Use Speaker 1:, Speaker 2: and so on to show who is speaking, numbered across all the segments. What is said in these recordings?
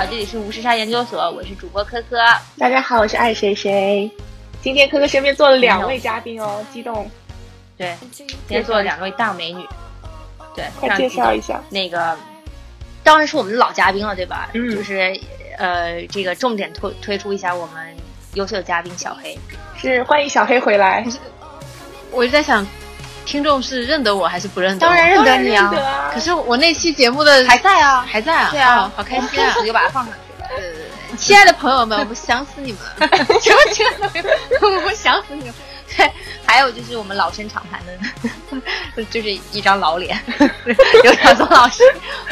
Speaker 1: 沙研究所，我是主播科科。
Speaker 2: 大家好，我是爱谁谁。今天科科身边坐了两位嘉宾哦，激动。
Speaker 1: 对，今天坐了两位大美女。对，
Speaker 2: 快介绍一下
Speaker 1: 那个，当然是我们的老嘉宾了，对吧？
Speaker 2: 嗯
Speaker 1: 就是呃，这个重点推推出一下我们优秀嘉宾小黑。
Speaker 2: 是欢迎小黑回来。
Speaker 3: 我就在想，听众是认得我还是不认得我？
Speaker 1: 当然认得你
Speaker 2: 当然认得
Speaker 1: 啊，
Speaker 2: 啊
Speaker 3: 可是我那期节目的还
Speaker 1: 在啊，
Speaker 3: 还在啊，
Speaker 1: 对啊
Speaker 3: 哦，好开心啊！
Speaker 1: 就把它放上去了。
Speaker 3: 亲爱的朋友们，我们想死你们了！
Speaker 1: 什么情况？ 我想死你了。对，还有就是我们老生常谈的， 就是一张老脸， 刘晓松老师，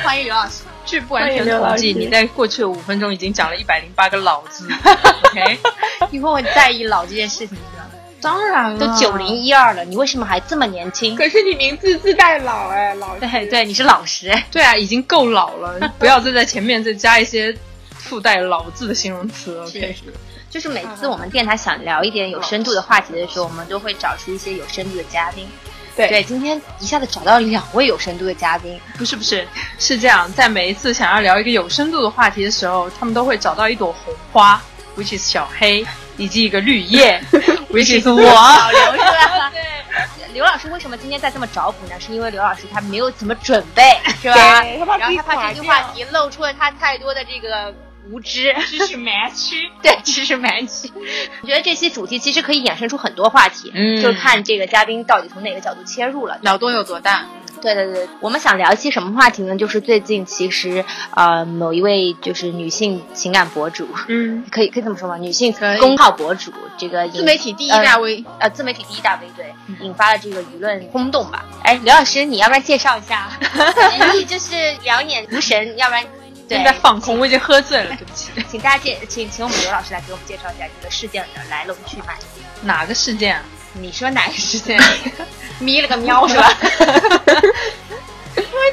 Speaker 1: 欢迎刘老师。
Speaker 4: 啊据不完全
Speaker 2: 欢迎刘
Speaker 4: 统
Speaker 2: 老师
Speaker 4: 计，你在过去的五分钟已经讲了一百零八个“老” 字。OK，
Speaker 1: 你会不会在意老这件事情？知道吗？
Speaker 4: 当然了
Speaker 1: 都
Speaker 3: 嗯
Speaker 1: 九零一二了，你为什么还这么年轻？
Speaker 2: 可是你名字自带老哎，老
Speaker 1: 对对，你是老实哎。
Speaker 4: 对啊，已经够老了，不要再在前面再加一些附带“老”字的形容词。OK，
Speaker 1: 是， 就是每次我们电台想聊一点有深度的话题的时候，我们都会找出一些有深度的嘉宾。
Speaker 2: 对
Speaker 1: 对，今天一下子找到两位有深度的嘉宾，
Speaker 4: 不是不是，是这样，在每一次想要聊一个有深度的话题的时候，他们都会找到一朵红花，which is 小黑，以及一个绿 叶，which is 我。
Speaker 1: 刘哦出来 了。刘老师为什么今天在这么着补呢？是因为刘老师他没有怎么准备，是
Speaker 3: 啊
Speaker 1: 吧？
Speaker 2: 对他怕
Speaker 1: 然
Speaker 2: 自
Speaker 1: 后
Speaker 2: 己
Speaker 1: 他怕这句话题露出了他太多的这个无知，
Speaker 4: 知识盲区。
Speaker 1: 对知识盲区。我觉得这期主题其实可以衍生出很多话题，
Speaker 4: 嗯
Speaker 1: 就看这个嘉宾到底从哪个角度切入了。
Speaker 3: 脑洞有多大？
Speaker 1: 对对对，我们想聊一期什么话题呢？就是最近其实呃，某一位就是女性情感博主，
Speaker 4: 嗯，
Speaker 1: 可以可以这么说吗？女性
Speaker 3: 可以
Speaker 1: 公号博主这个
Speaker 3: 自媒体嗯第一大 V，
Speaker 1: 呃自媒体第一大 V 对，引发了这个舆论轰动吧。哎，刘老师，你要不然介绍一 下？你就是两眼无神，要不然对
Speaker 4: 应该，放空，我已经喝醉了，对不起。
Speaker 1: 请大家介请请我们刘老师来给我们介绍一下这个事件的来龙去脉。
Speaker 4: 哪个事件啊？
Speaker 1: 你说哪个事 件？眯了个喵是吧？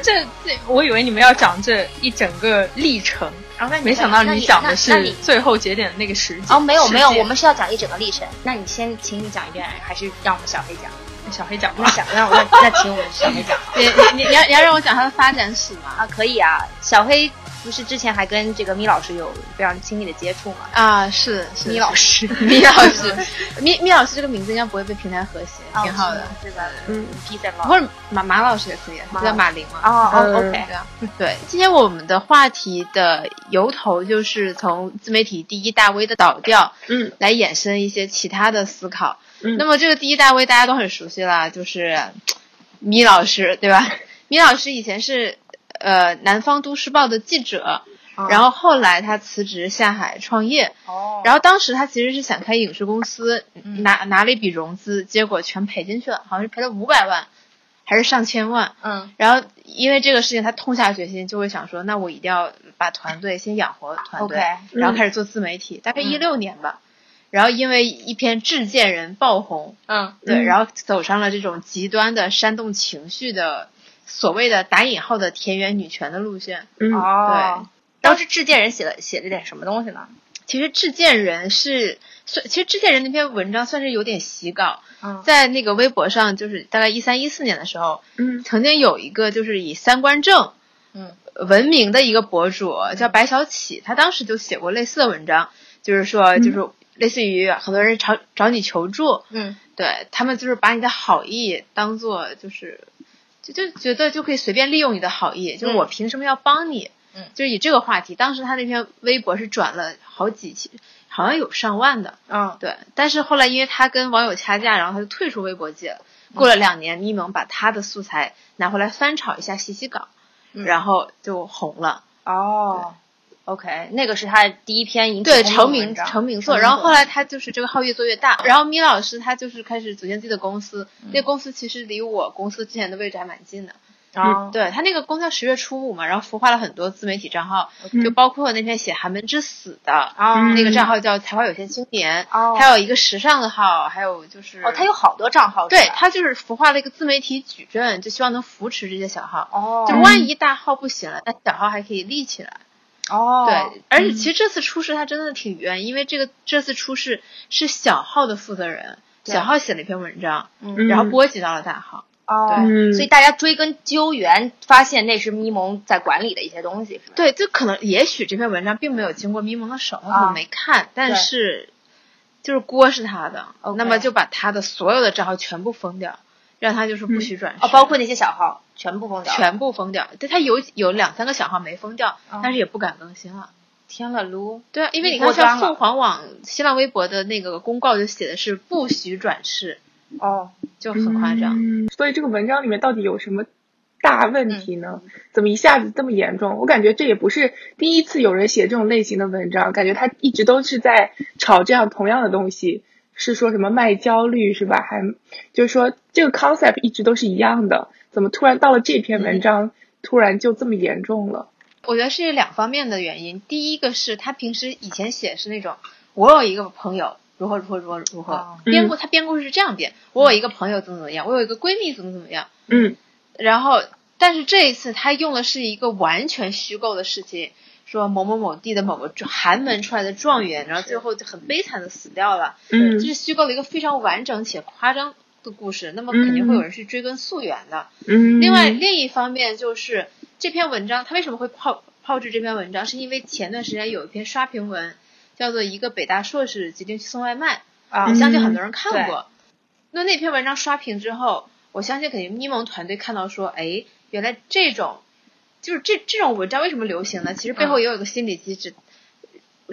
Speaker 4: 这这，我以为你们要讲这一整个历程，
Speaker 1: 然后
Speaker 4: 没想到你讲的
Speaker 1: 那那
Speaker 4: 是
Speaker 1: 你
Speaker 4: 最后节点的那个时间。
Speaker 1: 哦， 没有没有，
Speaker 4: 时间
Speaker 1: 我们是要讲一整个历程。那你先，请你讲一遍，还是让我们小黑讲？
Speaker 4: 小黑讲不
Speaker 1: 那小让我 那请我们小黑讲
Speaker 3: 你你你要你要让我讲它的发展史 吗？
Speaker 1: 啊，可以啊。小黑不是之前还跟这个米老师有非常亲密的接触吗？
Speaker 3: 啊，是是
Speaker 1: 米老师，
Speaker 3: 米老师，米米老师这个名字应该不会被平台和谐，挺好的
Speaker 1: 哦，。是吧？
Speaker 2: 嗯
Speaker 1: ，peace and love。
Speaker 3: 或者马马老师也可以，啊
Speaker 1: 马
Speaker 3: 叫马林嘛。
Speaker 1: 哦
Speaker 2: 嗯
Speaker 1: 哦，OK，
Speaker 3: 对啊，对，今天我们的话题的由头就是从自媒体第一大 V 的倒掉，
Speaker 2: 嗯，
Speaker 3: 来衍生一些其他的思考。
Speaker 2: 嗯
Speaker 3: 那么这个第一大 V 大家都很熟悉啦，就是米老师，对吧？ 米老师以前是呃南方都市报的记者，然后后来他辞职下海创业，
Speaker 1: 啊哦，
Speaker 3: 然后当时他其实是想开影视公司，
Speaker 1: 嗯
Speaker 3: 拿拿了一笔融资，结果全赔进去了，好像是赔了五百万，还是上千万。
Speaker 1: 嗯
Speaker 3: 然后因为这个事情，他痛下决心，就会想说，那我一定要把团队先养活团
Speaker 1: ，OK，嗯
Speaker 3: 队然后开始做自媒体，大概一六年吧。然后因为一篇《致见人》爆红，
Speaker 1: 嗯
Speaker 3: 对，
Speaker 2: 嗯
Speaker 3: 然后走上了这种极端的煽动情绪的所谓的打引号的田园女权的路线。
Speaker 2: 嗯
Speaker 1: 哦
Speaker 3: 对。
Speaker 1: 当时制建人写了写了点什么东西呢？
Speaker 3: 其实《致见人》是，算其实《致见人》那篇文章算是有点洗稿，
Speaker 1: 嗯
Speaker 3: 在那个微博上，就是大概一三一四年的时候，
Speaker 2: 嗯
Speaker 3: 曾经有一个就是以三观正，
Speaker 1: 嗯，
Speaker 3: 闻名的一个博主叫白小启，他当时就写过类似的文章，就是说就是类似于很多人找找你求助，
Speaker 1: 嗯
Speaker 3: 对他们就是把你的好意当做就是。就就觉得就可以随便利用你的好意，就是我凭什么要帮你？
Speaker 1: 嗯
Speaker 3: 就是以这个话题，当时他那篇微博是转了好几期，好像有上万的。
Speaker 1: 嗯
Speaker 3: 对，但是后来因为他跟网友掐架，然后他就退出微博界了。过了两年，咪蒙把他的素材拿回来翻炒一下，洗洗稿，
Speaker 1: 嗯
Speaker 3: 然后就红了。
Speaker 1: 哦，OK，那个是他第一篇引起
Speaker 3: 对，
Speaker 1: 轰动
Speaker 3: 成
Speaker 1: 的
Speaker 3: 名
Speaker 1: 文章
Speaker 3: 成名作。
Speaker 1: 成
Speaker 3: 然后后来他就是这个号越做越大。然后咪老师他就是开始组建自己的公司，
Speaker 1: 嗯
Speaker 3: 那个公司其实离我公司之前的位置还蛮近的。
Speaker 1: 哦
Speaker 3: 对他那个公司叫十月初五嘛，然后孵化了很多自媒体账号，就包括那篇写寒门之死的。
Speaker 1: 嗯哦
Speaker 3: 那个账号叫“才华有限青年”，
Speaker 1: 哦
Speaker 3: 还有一个时尚的号，还有就是
Speaker 1: 哦，他有好多账号是吧，
Speaker 3: 对他就是孵化了一个自媒体矩阵，就希望能扶持这些小号。
Speaker 1: 哦
Speaker 3: 就万一大号不行了，那小号还可以立起来。
Speaker 1: 哦，
Speaker 3: 对，嗯而且其实这次出事他真的挺冤，因为这个这次出事是小号的负责人，
Speaker 1: 对
Speaker 3: 小号写了一篇文章，
Speaker 1: 嗯
Speaker 3: 然后波及到了大号。
Speaker 1: 哦哦
Speaker 2: 嗯
Speaker 1: 所以大家追根究源，发现那是咪蒙在管理的一些东西，是吧？
Speaker 3: 对，就可能也许这篇文章并没有经过咪蒙的手，
Speaker 1: 啊
Speaker 3: 我没看，但是就是锅是他的
Speaker 1: OK
Speaker 3: 那么就把他的所有的账号全部封掉，让他就是不许转世，
Speaker 1: 哦，包括那些小号全部封掉。
Speaker 3: 全部封掉。但他有有两三个小号没封掉，
Speaker 1: 啊
Speaker 3: 但是也不敢更新了。
Speaker 1: 天了噜，
Speaker 3: 嗯对啊，因为你
Speaker 1: 过
Speaker 3: 看像
Speaker 1: 章了
Speaker 3: 凤凰网、新浪微博的那个公告就写的是不许转世，
Speaker 1: 哦，
Speaker 3: 就很夸张。
Speaker 2: 嗯所以这个文章里面到底有什么大问
Speaker 3: 嗯
Speaker 2: 题呢？怎么一下子这么严重？我感觉这也不是第一次有人写这种类型的文章，感觉他一直都是在炒这样同样的东西，是说什么卖焦虑是吧？还就是说这个 concept 一直都是一样的，怎么突然到了这篇
Speaker 3: 嗯
Speaker 2: 文章，突然就这么严重了？
Speaker 3: 我觉得是两方面的原因。第一个是他平时以前写是那种，我有一个朋友如何如何如何如何、
Speaker 1: 哦
Speaker 2: 嗯
Speaker 3: 编故，他编故事是这样编，我有一个朋友怎么怎么样，我有一个闺蜜怎么怎么样。
Speaker 2: 嗯
Speaker 3: 然后，但是这一次他用的是一个完全虚构的事情，说某某某地的某个寒门出来的状元，然后最后就很悲惨的死掉了。
Speaker 2: 嗯
Speaker 3: 这是虚构了一个非常完整且夸张的故事，那么肯定会有人去追根溯源的。
Speaker 2: 嗯。
Speaker 3: 另外，另一方面就是这篇文章，它为什么会炮炮制这篇文章，是因为前段时间有一篇刷屏文，叫做《一个北大硕士决定去送外卖》，
Speaker 1: 啊
Speaker 3: 我
Speaker 2: 嗯
Speaker 3: 相信很多人看
Speaker 1: 对
Speaker 3: 过。那那篇文章刷屏之后，我相信肯定咪蒙团队看到说，哎，原来这种就是这这种文章为什么流行呢？其实背后也有一个心理机制。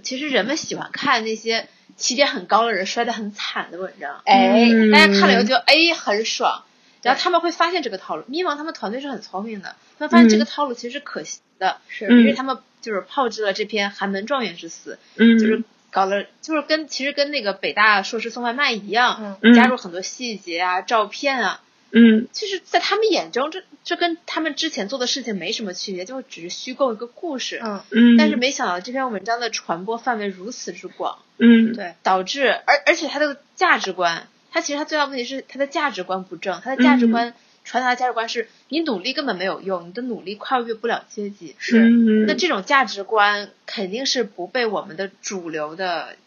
Speaker 3: 其实人们喜欢看那些起点很高的人摔得很惨的文章，
Speaker 1: 哎，
Speaker 2: 嗯
Speaker 3: 大家看了以后就哎很爽，然后他们会发现这个套路。咪蒙他们团队是很聪明的，他们发现这个套路其实是可行的，
Speaker 1: 是
Speaker 2: 嗯
Speaker 3: 于是他们就是炮制了这篇寒门状元之死，
Speaker 2: 嗯，
Speaker 3: 就是搞了，就是跟其实跟那个北大硕士送外卖一样，
Speaker 2: 嗯
Speaker 3: 加入很多细节啊、照片啊。
Speaker 2: 嗯
Speaker 3: 其实，在他们眼中，这这跟他们之前做的事情没什么区别，就只是虚构一个故事。
Speaker 1: 嗯，
Speaker 2: 嗯，
Speaker 3: 但是没想到这篇文章的传播范围如此之广，
Speaker 2: 嗯
Speaker 1: 对
Speaker 3: 导致而而且他的价值观，他其实他最大的问题是他的价值观不正，他的价值
Speaker 2: 嗯
Speaker 3: 观、传达的价值观是你努力根本没有用，你的努力跨越不了阶级。
Speaker 1: 是
Speaker 2: 嗯
Speaker 3: 那这种价值观肯定是不被我们的主流的，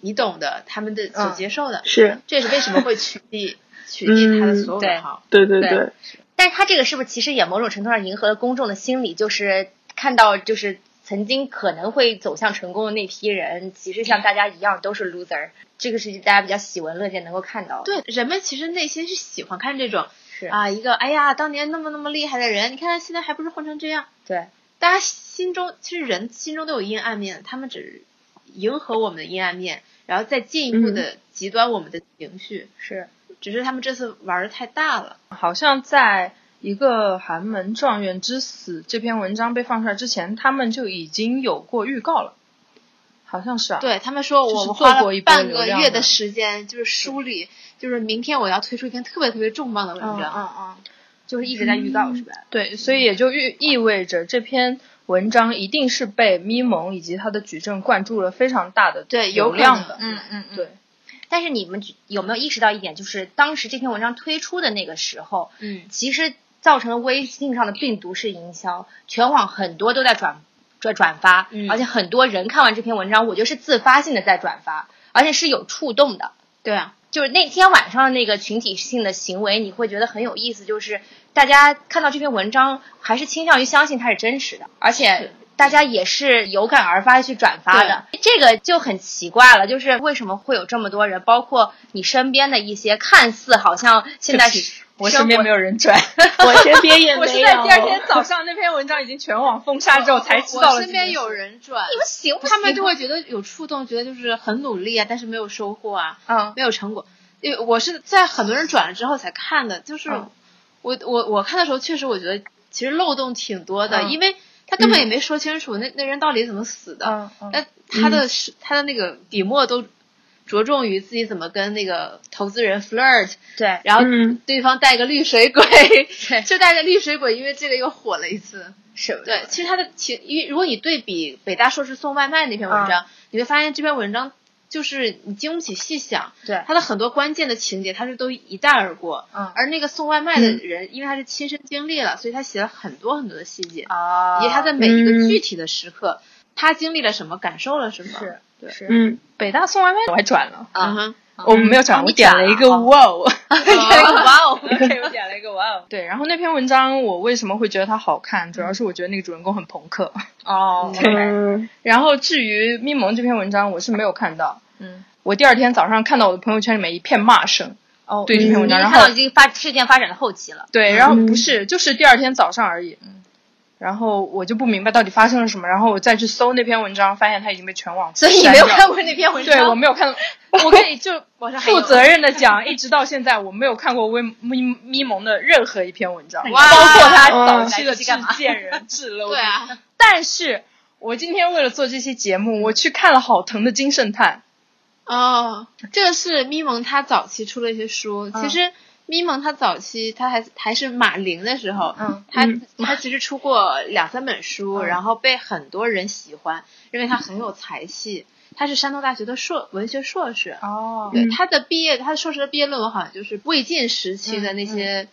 Speaker 3: 你懂的，他们的所
Speaker 1: 嗯
Speaker 3: 接受的。
Speaker 2: 是
Speaker 3: 这也是为什么会取缔取缔他的所有
Speaker 1: 嗯对
Speaker 3: 的号。
Speaker 2: 对对
Speaker 1: 对但是他这个是不是其实也某种程度上迎合了公众的心理，就是看到就是曾经可能会走向成功的那批人，其实像大家一样都是 loser，这个是大家比较喜闻乐见能够看到的。
Speaker 3: 对，人们其实内心是喜欢看这种
Speaker 1: 是
Speaker 3: 啊，一个哎呀，当年那么那么厉害的人，你看他现在还不是混成这样？
Speaker 1: 对，
Speaker 3: 大家心中其实人心中都有阴暗面，他们只是迎合我们的阴暗面，然后再进一
Speaker 1: 嗯
Speaker 3: 步的极端我们的情绪，
Speaker 1: 是
Speaker 3: 只是他们这次玩的太大了。
Speaker 4: 好像在一个寒门状元之死这篇文章被放出来之前，他们就已经有过预告了，好像 是啊。，
Speaker 3: 对他们说，
Speaker 4: 就是
Speaker 3: 我我
Speaker 4: 做
Speaker 3: 花
Speaker 4: 过
Speaker 3: 了
Speaker 4: 一波
Speaker 3: 半
Speaker 4: 流
Speaker 3: 个
Speaker 4: 量
Speaker 3: 月
Speaker 4: 的
Speaker 3: 的时间，就是梳理，就是明天我要推出一篇特别特别重磅的文
Speaker 1: 嗯
Speaker 3: 章。
Speaker 1: 嗯嗯，就是一直在预告、是吧？
Speaker 4: 嗯对，所以也就意意味着这篇文章一定是被咪蒙以及他的矩阵灌注了非常大的
Speaker 3: 对有
Speaker 4: 流
Speaker 3: 可
Speaker 4: 量
Speaker 3: 能
Speaker 4: 的。
Speaker 1: 嗯嗯嗯。
Speaker 4: 对，
Speaker 1: 但是你们有没有意识到一点，就是当时这篇文章推出的那个时候，
Speaker 3: 嗯
Speaker 1: 其实造成了微信上的病毒式营销，全网很多都在转转转发，
Speaker 3: 嗯
Speaker 1: 而且很多人看完这篇文章，我觉得是自发性的在转发，而且是有触动的。
Speaker 3: 对啊，
Speaker 1: 就是那天晚上那个群体性的行为，你会觉得很有意思。就是大家看到这篇文章，还是倾向于相信它是真实的，而且大家也是有感而发去转发的。这个就很奇怪了，就是为什么会有这么多人，包括你身边的一些看似好像现在
Speaker 4: 对不
Speaker 1: 是
Speaker 4: 我身边没
Speaker 1: 有，
Speaker 4: 有人转，
Speaker 2: 我身边也没有。
Speaker 4: 我是在第二天早上那篇文章已经全网封杀之后才知道了。
Speaker 3: 我身边有，人转，
Speaker 1: 你们行不行啊，
Speaker 3: 他 们就会觉得有触动，觉得就是很努力啊，但是没有收获啊，
Speaker 1: 嗯
Speaker 3: 没有成果。因为我是在很多人转了之后才看的，就是
Speaker 1: 嗯
Speaker 3: 我我我看的时候，确实我觉得其实漏洞挺多的，
Speaker 1: 嗯
Speaker 3: 因为他根本也没说清楚那那人到底怎么死的。
Speaker 1: 嗯嗯
Speaker 3: 那他的是、他的那个笔墨都着重于自己怎么跟那个投资人 flirt，
Speaker 1: 对，
Speaker 3: 然后
Speaker 2: 嗯
Speaker 3: 对方带个绿水鬼， 就带着绿水鬼，因为这个又火了一次。
Speaker 1: 是，
Speaker 3: 对，其实他的情，因为如果你对比北大硕士送外卖那篇文章，
Speaker 1: 嗯
Speaker 3: 你会发现这篇文章就是你经不起细想，
Speaker 1: 对
Speaker 3: 他的很多关键的情节，他是都一带而过。
Speaker 1: 嗯
Speaker 3: 而那个送外卖的人，因为他是亲身经历了，所以他写了很多很多的细节，
Speaker 1: 啊，
Speaker 3: 以及他在每一个
Speaker 2: 嗯
Speaker 3: 具体的时刻，他经历了什么，感受了什么。
Speaker 1: 是
Speaker 3: 对
Speaker 1: 是
Speaker 2: 嗯
Speaker 4: 北大送外卖我还转了，
Speaker 3: 嗯
Speaker 1: 啊
Speaker 3: 哼，
Speaker 4: 我没有转，
Speaker 1: 哦
Speaker 4: 我
Speaker 1: 你
Speaker 4: 点
Speaker 1: 转
Speaker 4: 了
Speaker 1: 了
Speaker 4: 一个
Speaker 1: 哦
Speaker 4: 哇哦，
Speaker 3: 哇哦，
Speaker 4: 哇哦，OK，我点了一个哇哦。
Speaker 1: 了。
Speaker 4: 对，然后那篇文章我为什么会觉得它好看，主要是我觉得那个主人公很朋克。
Speaker 1: 嗯 哦，
Speaker 2: 嗯，
Speaker 4: 然后至于密蒙这篇文章，我是没有看到。
Speaker 1: 嗯，
Speaker 4: 我第二天早上看到我的朋友圈里面一片骂声，
Speaker 1: 哦，
Speaker 4: 对这篇文
Speaker 1: 你
Speaker 4: 章，
Speaker 1: 是
Speaker 4: 然
Speaker 1: 看到
Speaker 4: 后
Speaker 1: 已经发事件发展的后期了。
Speaker 4: 对，然后
Speaker 2: 嗯
Speaker 4: 不是，就是第二天早上而已。
Speaker 1: 嗯
Speaker 4: 然后我就不明白到底发生了什么，然后我再去搜那篇文章，发现它已经被全网
Speaker 1: 所以你
Speaker 4: 删
Speaker 1: 没有
Speaker 4: 掉
Speaker 1: 看过那篇文章？
Speaker 4: 对我没有看，我可以就
Speaker 1: 网上还有
Speaker 4: 负责任的讲，一直到现在我没有看过微咪咪蒙的任何一篇文章，包
Speaker 1: 哇
Speaker 4: 括他
Speaker 3: 哦
Speaker 4: 早
Speaker 2: 哇
Speaker 4: 期的
Speaker 1: 来这期
Speaker 4: 制
Speaker 1: 干嘛
Speaker 4: 贱人、制 low
Speaker 3: 对啊，
Speaker 4: 但是我今天为了做这期节目，我去看了好疼的《金圣叹
Speaker 3: 哦，这个是咪蒙他早期出了一些书，其实咪蒙他早期他还还是马玲的时候，
Speaker 1: 嗯，
Speaker 3: 他
Speaker 2: 嗯
Speaker 3: 他其实出过两三本书，
Speaker 1: 嗯
Speaker 3: 然后被很多人喜欢，认为他很有才气。他是山东大学的硕文学硕士，》
Speaker 4: 哦
Speaker 3: 对
Speaker 2: 嗯
Speaker 3: 他的毕业，他的硕士的毕业论文好像就是魏晋时期的那些
Speaker 4: 嗯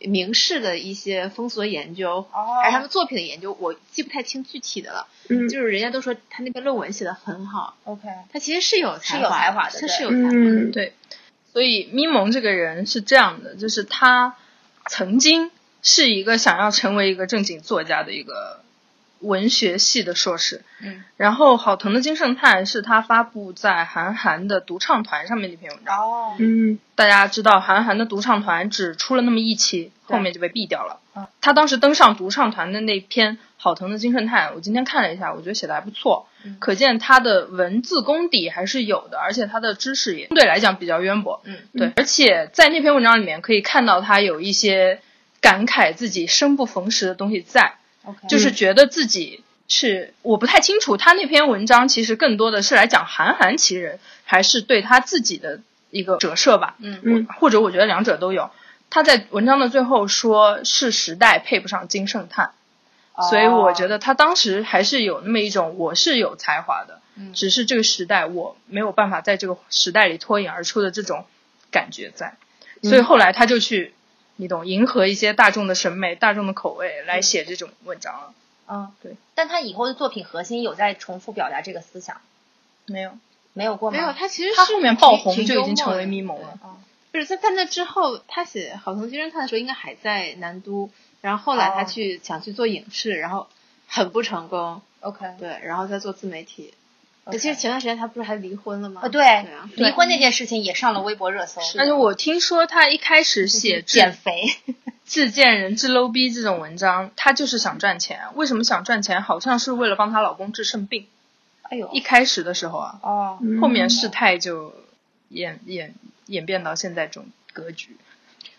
Speaker 3: 名士的一些风俗的研究，
Speaker 4: 哦
Speaker 3: 还是他们作品的研究，我记不太清具体的了。
Speaker 2: 嗯
Speaker 3: 就是人家都说他那篇论文写的很好，
Speaker 4: ，OK。
Speaker 3: 他其实是有
Speaker 1: 是有才
Speaker 3: 才
Speaker 1: 华
Speaker 3: 华
Speaker 1: 的
Speaker 3: 他
Speaker 1: 对
Speaker 3: 是有才华的。
Speaker 2: 嗯，
Speaker 4: 对，所以咪蒙这个人是这样的，就是他曾经是一个想要成为一个正经作家的一个文学系的硕士，
Speaker 1: 嗯，
Speaker 4: 然后好疼的金圣叹是他发布在韩寒的独唱团上面的一篇文章。
Speaker 1: 哦，
Speaker 2: 嗯
Speaker 4: 大家知道，韩寒的独唱团只出了那么一期，
Speaker 1: 对
Speaker 4: 后面就被毙掉了
Speaker 1: 嗯。
Speaker 4: 他当时登上独唱团的那篇《好疼的金圣叹》，我今天看了一下，我觉得写的还不错，
Speaker 1: 嗯
Speaker 4: 可见他的文字功底还是有的，而且他的知识也相对来讲比较渊博。
Speaker 1: 嗯，
Speaker 4: 对，而且在那篇文章里面可以看到他有一些感慨自己生不逢时的东西在，
Speaker 1: ，OK，
Speaker 4: 就是觉得自己是我不太清楚，他那篇文章其实更多的是来讲韩寒其人，还是对他自己的一个折射吧。
Speaker 1: 嗯
Speaker 2: 嗯
Speaker 4: 或者我觉得两者都有。他在文章的最后说是时代配不上金圣叹，
Speaker 1: 嗯
Speaker 4: 所以我觉
Speaker 1: 得，
Speaker 4: 得他当时还是有那么一种我是有才华的，
Speaker 1: 嗯
Speaker 4: 只是这个时代我没有办法在这个时代里脱颖而出的这种感觉在，所以后来他就去，你懂，迎合一些大众的审美、大众的口味来写这种文章了。
Speaker 1: 嗯，
Speaker 4: 对。
Speaker 1: 但他以后的作品核心有在重复表达这个思想，
Speaker 4: 没有，
Speaker 1: 没有过吗？
Speaker 3: 没有，他其实
Speaker 4: 他
Speaker 3: 是
Speaker 4: 后面爆
Speaker 3: 挺
Speaker 4: 红
Speaker 3: 挺
Speaker 4: 就已
Speaker 3: 幽
Speaker 4: 经
Speaker 3: 默
Speaker 4: 成
Speaker 3: 的
Speaker 4: 为咪蒙了。
Speaker 3: 不是在在那之后，他写《好同金侦探》的时候，应该还在南都，然后后来他
Speaker 1: 哦
Speaker 3: 去、想去做影视，然后很不成功，
Speaker 1: OK，
Speaker 3: 对，然后再做自媒体。
Speaker 1: OK
Speaker 3: 其实前段时间他不是还离婚了吗？
Speaker 2: 哦
Speaker 1: 呃，
Speaker 3: 对啊
Speaker 1: 离婚那件事情也上了微博热搜，
Speaker 4: 而且我听说他一开始写自
Speaker 1: 减肥，
Speaker 4: 自荐人、自 low 逼这种文章，她就是想赚钱。为什么想赚钱？好像是为了帮她老公治肾病。
Speaker 1: 哎呦
Speaker 4: 一，开始的时候啊，
Speaker 1: 哦，
Speaker 2: 嗯
Speaker 4: 后面事态就演演演变到现在这种格局。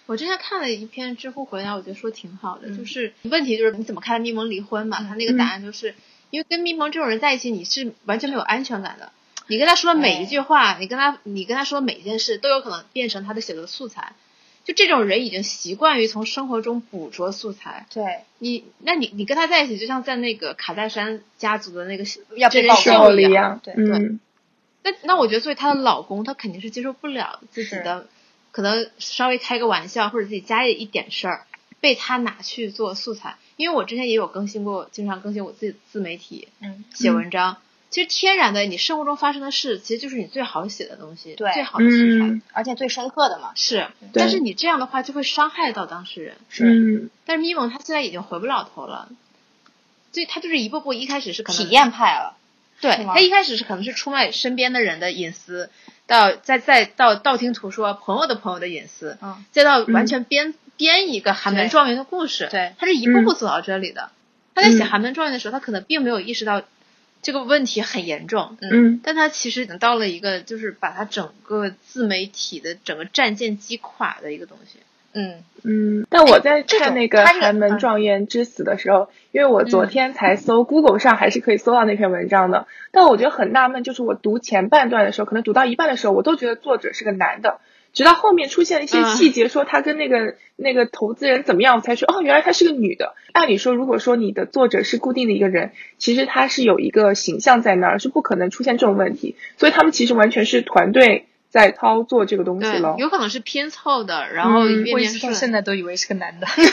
Speaker 3: 我之前看了一篇知乎回答，我觉得说挺好的，
Speaker 1: 嗯
Speaker 3: 就是问题就是你怎么看待咪蒙离婚嘛？他那个答案就是、因为跟咪蒙这种人在一起，你是完全没有安全感的。你跟他说的每
Speaker 1: 哎
Speaker 3: 一句话，你跟他你跟他说的每一件事，都有可能变成他的写作素材。就这种人已经习惯于从生活中捕捉素材，
Speaker 1: 对，
Speaker 3: 你那你你跟他在一起，就像在那个卡戴珊家族的那个
Speaker 1: 要
Speaker 3: 真
Speaker 1: 被
Speaker 3: 人
Speaker 1: 爆
Speaker 3: 秀
Speaker 1: 料
Speaker 2: 道
Speaker 3: 一
Speaker 2: 理
Speaker 3: 样。
Speaker 2: 呀，
Speaker 1: 对
Speaker 2: 嗯
Speaker 3: 那那我觉得，作为她的老公，她肯定是接受不了自己
Speaker 1: 是
Speaker 3: 的，可能稍微开个玩笑或者自己家里一点事儿，被他拿去做素材。因为我之前也有更新过，经常更新我自己的自媒体
Speaker 1: 嗯，
Speaker 3: 写文章。其实天然的，你生活中发生的事，其实就是你最好写的东西，
Speaker 1: 对
Speaker 3: 最好的素材。
Speaker 2: 嗯
Speaker 1: 而且最深刻的嘛，
Speaker 3: 是，
Speaker 2: 对
Speaker 3: 但是你这样的话就会伤害到当事人。
Speaker 2: 嗯
Speaker 3: 但是咪蒙他现在已经回不了头了，所以他就是一步步，一开始是可能
Speaker 1: 体验派了，
Speaker 3: 对
Speaker 1: 是吗
Speaker 3: 他一开始是可能是出卖身边的人的隐私，到再再到道听途说朋友的朋友的隐私，
Speaker 1: 嗯，
Speaker 3: 再到完全编、编一个寒门
Speaker 1: 对
Speaker 3: 状元的故事，
Speaker 1: 对嗯
Speaker 3: 他是一步步走到这里的。他在写寒门状元的时候，他可能并没有意识到这个问题很严重，
Speaker 2: 嗯
Speaker 3: 但他其实已经到了一个就是把他整个自媒体的整个战舰击垮的一个东西。
Speaker 1: 嗯，
Speaker 2: 嗯。但我在
Speaker 1: 这种
Speaker 2: 看那个《
Speaker 1: 他这个
Speaker 2: 寒门状元之死》的时候，因为我昨天才搜 Google 上还是可以搜到那篇文章的，但我觉得很纳闷，就是我读前半段的时候，可能读到一半的时候，我都觉得作者是个男的。直到后面出现了一些
Speaker 3: 嗯
Speaker 2: 细节，说他跟那个、那个投资人怎么样，我才说哦，原来她是个女的。按理说，如果说你的作者是固定的一个人，其实他是有一个形象在那儿，是不可能出现这种问题。所以他们其实完全是团队在操作这个东西
Speaker 3: 对
Speaker 2: 了，。
Speaker 3: 有可能是拼凑的，然后
Speaker 2: 嗯
Speaker 3: 面
Speaker 4: 我一
Speaker 3: 面
Speaker 4: 直
Speaker 3: 顺。
Speaker 4: 到现在都以为是个男的，因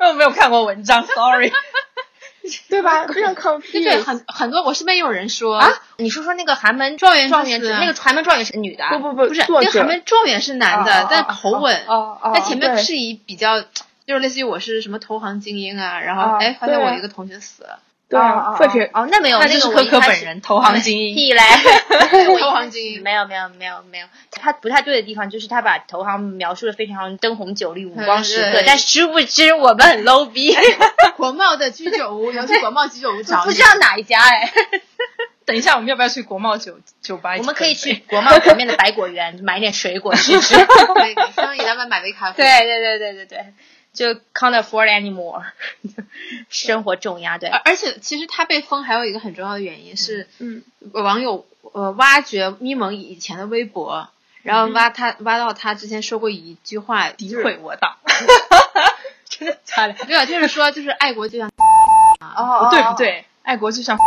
Speaker 4: 为我没有看过文章，sorry。
Speaker 2: 对吧？非 常 confused。
Speaker 3: 对，很很多我身边也有人说
Speaker 1: 啊，你说说那个寒门
Speaker 3: 状元
Speaker 1: 状元
Speaker 3: 就是
Speaker 1: 之那个寒门状元是女的啊，
Speaker 2: 不不不，
Speaker 3: 不是
Speaker 2: 作
Speaker 3: 那个
Speaker 2: 者
Speaker 3: 寒门状元是男
Speaker 2: 哦
Speaker 3: 的
Speaker 2: 哦，
Speaker 3: 但
Speaker 2: 哦
Speaker 3: 口吻
Speaker 1: 哦哦
Speaker 3: 他前面
Speaker 2: 对
Speaker 3: 是以比较，就是类似于我是什么投行精英啊，然后
Speaker 1: 哦
Speaker 3: 哎，发现
Speaker 2: 对
Speaker 3: 我
Speaker 2: 啊
Speaker 3: 一个同学死 了，
Speaker 2: 对
Speaker 1: 哦
Speaker 2: 啊，
Speaker 1: 哦
Speaker 2: 或者
Speaker 1: 哦，那没有，
Speaker 4: 那
Speaker 1: 那
Speaker 4: 就
Speaker 1: 个
Speaker 4: 是
Speaker 1: 我
Speaker 4: 可
Speaker 1: 一
Speaker 4: 可
Speaker 1: 开
Speaker 4: 本
Speaker 1: 始
Speaker 4: 人投行精 英。
Speaker 1: 屁嘞，
Speaker 3: 投行精英。
Speaker 1: 没有没有没有没有，他不太对的地方就是他把投行描述的非常灯红酒绿、五光十
Speaker 3: 对
Speaker 1: 色，但殊不知我们很 low 逼，
Speaker 3: 国贸的居酒屋，要去国贸居 酒屋找
Speaker 1: 不
Speaker 3: 你
Speaker 1: 知。道哪一家哎。
Speaker 4: 等一下，我们要不要去国贸酒酒吧一
Speaker 1: 我
Speaker 4: 起
Speaker 1: 们
Speaker 4: 分杯？
Speaker 1: 可以 去国贸前面的百果园买点水果吃吃。
Speaker 3: 对，相当于咱们买杯咖 啡。
Speaker 1: 对，对对对对对，就 can't afford anymore，生活重压对
Speaker 3: 而。而且其实他被封还有一个很重要的原因是，
Speaker 2: 嗯，
Speaker 3: 网友呃挖掘咪蒙以前的微博，然
Speaker 2: 嗯
Speaker 3: 后挖他挖到他之前说过一句话，
Speaker 4: 诋毁我党。
Speaker 1: 真的假的？
Speaker 3: 没有，啊就是说就是爱国就像
Speaker 1: 哦
Speaker 4: 不对不，对，爱国就像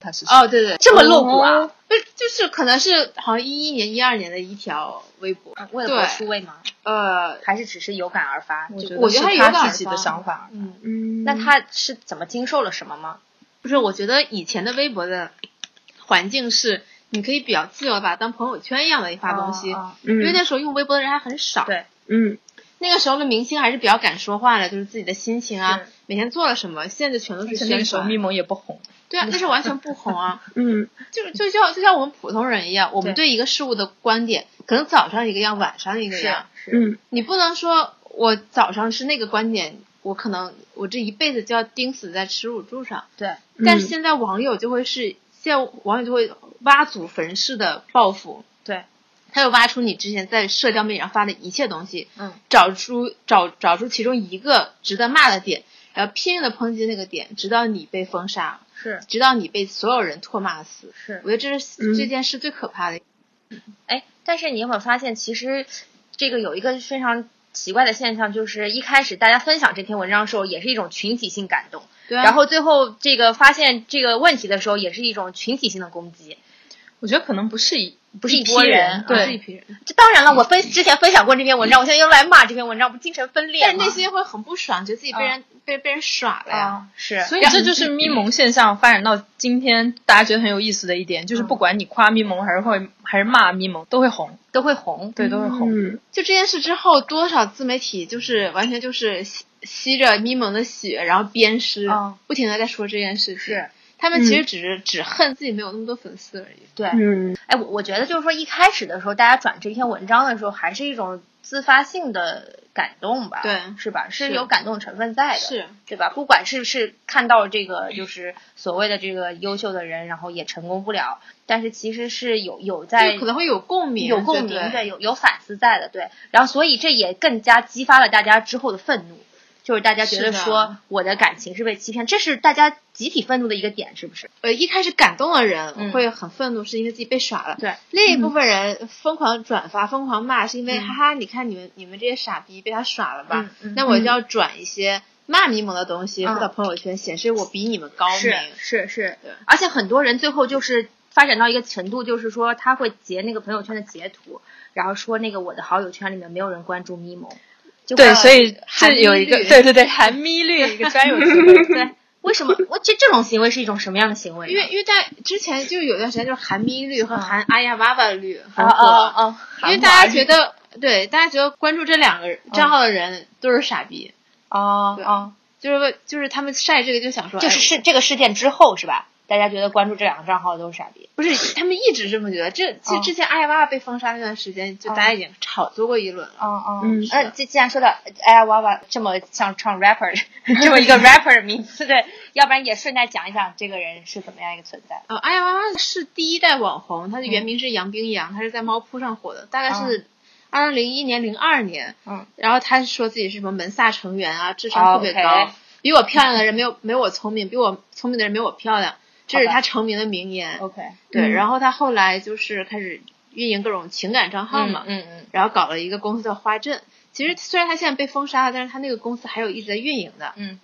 Speaker 4: 他是
Speaker 3: 哦，对对，
Speaker 1: 这么露骨啊！
Speaker 3: 不是就是可能是好像一一年一二年的一条微博，
Speaker 1: 啊为了国出位吗？
Speaker 3: 呃，
Speaker 1: 还是只是有感而发？
Speaker 4: 我
Speaker 1: 就
Speaker 4: 觉得
Speaker 3: 我觉得他
Speaker 4: 是
Speaker 3: 有点
Speaker 4: 他
Speaker 3: 儿
Speaker 4: 自己
Speaker 3: 吧
Speaker 4: 的想法。
Speaker 1: 嗯，
Speaker 2: 嗯，
Speaker 1: 那他是怎么经受了什么吗？
Speaker 3: 不是，我觉得以前的微博的环境是你可以比较自由地把它当朋友圈一样的发东西，
Speaker 1: 哦哦
Speaker 3: 因为
Speaker 2: 嗯
Speaker 3: 那时候用微博的人还很少。
Speaker 1: 对
Speaker 2: 嗯
Speaker 3: 那个时候的明星还是比较敢说话的，就是自己的心情啊
Speaker 4: 是，
Speaker 3: 每天做了什么，现在就全都是
Speaker 4: 而且那
Speaker 3: 宣
Speaker 4: 个时候
Speaker 3: 传
Speaker 4: 咪。蒙也不红，
Speaker 3: 对啊，那是完全不红 啊，
Speaker 2: 嗯
Speaker 3: 就就像就像我们普通人一样，我们对一个事物的观点，可能早上一个样，晚上一个
Speaker 1: 是
Speaker 3: 样，
Speaker 1: 是，
Speaker 2: 嗯
Speaker 3: 你不能说我早上是那个观点，我可能我这一辈子就要钉死在耻辱柱上。
Speaker 1: 对，
Speaker 3: 但是现在网友就会是，现在网友就会挖祖坟式的报复，
Speaker 1: 对，
Speaker 3: 他又挖出你之前在社交媒体上发的一切东西，
Speaker 1: 嗯，
Speaker 3: 找出找找出其中一个值得骂的点，然后拼命的抨击那个点，直到你被封杀，
Speaker 1: 是
Speaker 3: 直到你被所有人唾骂死。
Speaker 1: 是
Speaker 3: 我。觉得这是、
Speaker 2: 嗯
Speaker 3: 这件事最可怕的。
Speaker 1: 哎，但是你有没有发现，其实这个有一个非常奇怪的现象，就是一开始大家分享这篇文章的时候，也是一种群体性感动，
Speaker 3: 对啊，
Speaker 1: 然后最后这个发现这个问题的时候，也是一种群体性的攻击。
Speaker 4: 我觉得可能不是一不
Speaker 1: 不
Speaker 4: 是
Speaker 1: 是
Speaker 4: 一
Speaker 1: 一
Speaker 4: 批
Speaker 1: 拨人
Speaker 4: 人，
Speaker 1: 啊
Speaker 3: 不是一
Speaker 4: 对，
Speaker 3: 批人，
Speaker 1: 这当然了，我分之前分享过这篇文章，我现在又来骂这篇文章，不精神分裂
Speaker 3: 但是
Speaker 1: 吗
Speaker 3: 内心会很不爽，觉得自己被人、被被人耍了呀。
Speaker 1: 啊是，
Speaker 4: 所以这就是咪蒙现象发展到今天，大家觉得很有意思的一点，就是不管你夸咪蒙还是会还是骂咪蒙，都会红，
Speaker 1: 都会红。
Speaker 4: 对，都会红。
Speaker 2: 嗯
Speaker 3: 就这件事之后，多少自媒体就是完全就是吸吸着咪蒙的血，然后鞭尸，
Speaker 1: 嗯
Speaker 3: 不停的在说这件事情。
Speaker 1: 是嗯
Speaker 3: 他们其实只是、只恨自己没有那么多粉丝而已。
Speaker 1: 对，
Speaker 2: 嗯
Speaker 1: 哎，我我觉得就是说一开始的时候，大家转这篇文章的时候，还是一种自发性的感动吧，
Speaker 3: 对
Speaker 1: 是吧？是
Speaker 3: 是
Speaker 1: 有感动成分在的，
Speaker 3: 是
Speaker 1: 对吧？不管是不是看到这个就是所谓的这个优秀的人，然后也成功不了，但是其实是有有在
Speaker 3: 就可能会有共鸣，
Speaker 1: 有共
Speaker 3: 对
Speaker 1: 鸣，
Speaker 3: 不对
Speaker 1: 对，有有反思在的，对。然后所以这也更加激发了大家之后的愤怒，就是大家觉得
Speaker 3: 是的
Speaker 1: 说我的感情是被欺骗，这是大家集体愤怒的一个点，是不是？
Speaker 3: 呃，一开始感动的人
Speaker 1: 嗯
Speaker 3: 会很愤怒，是因为自己被耍了。
Speaker 1: 对，嗯
Speaker 3: 另一部分人疯狂转发、疯狂骂，是因为哈哈，你看你们你们这些傻逼被他耍了吧？
Speaker 1: 嗯嗯
Speaker 3: 那我就要转一些骂迷蒙的东西
Speaker 1: 嗯
Speaker 3: 发到朋友圈，显示我比你们高明。
Speaker 1: 是是
Speaker 3: 对，
Speaker 1: 而且很多人最后就是发展到一个程度，就是说他会截那个朋友圈的截图，然后说那个我的好友圈里面没有人关注咪蒙，就会
Speaker 4: 对，所以
Speaker 3: 含
Speaker 4: 这
Speaker 3: 咪
Speaker 4: 有一个
Speaker 3: 率
Speaker 4: 对对对含咪率一个专有词汇，对，
Speaker 1: 为什么？我这这种行为是一种什么样的行为呢？
Speaker 3: 因为因为在之前就有段时间就是韩咪绿和韩阿呀哇哇绿
Speaker 1: 啊
Speaker 3: 很
Speaker 1: 啊
Speaker 3: 火，
Speaker 1: 啊！
Speaker 3: 因为大家觉得对大家觉得关注这两个
Speaker 1: 嗯
Speaker 3: 账号的人都是傻逼，
Speaker 1: 哦
Speaker 3: 对
Speaker 1: 哦，
Speaker 3: 就是为就是他们晒这个就想说，
Speaker 1: 就是
Speaker 3: 哎
Speaker 1: 事这个事件之后是吧？大家觉得关注这两个账号都是傻逼。
Speaker 3: 不是他们一直这么觉得。这其实
Speaker 1: 哦
Speaker 3: 之前阿呀哇哇被封杀那段时间，就
Speaker 1: 哦
Speaker 3: 大家已经炒作过一轮了。
Speaker 1: 哦哦
Speaker 2: 嗯
Speaker 1: 嗯，呃，既既然说到哎呀娃娃这么像唱 rapper 的这么一个 rapper 的名字，对，要不然也顺带讲一讲这个人是怎么样一个存在。
Speaker 3: 呃，阿呀哇哇是第一代网红，他的原名是杨冰洋，他是在猫扑上火的，大概是二零零一年、零二年。
Speaker 1: 嗯，哦
Speaker 3: 然后他说自己是什么门萨成员啊，智商特别高
Speaker 1: OK
Speaker 3: 比我漂亮的人没有没有我聪明，比我聪明的人没有我漂亮，这是
Speaker 1: 好吧
Speaker 3: 他成名的名言。
Speaker 1: OK，
Speaker 3: 对，
Speaker 2: 嗯
Speaker 3: 然后他后来就是开始运营各种情感账号
Speaker 1: 嗯
Speaker 3: 嘛，
Speaker 1: 嗯嗯，
Speaker 3: 然后搞了一个公司叫花镇。其实虽然他现在被封杀了，但是他那个公司还有一直在运营的。
Speaker 1: 嗯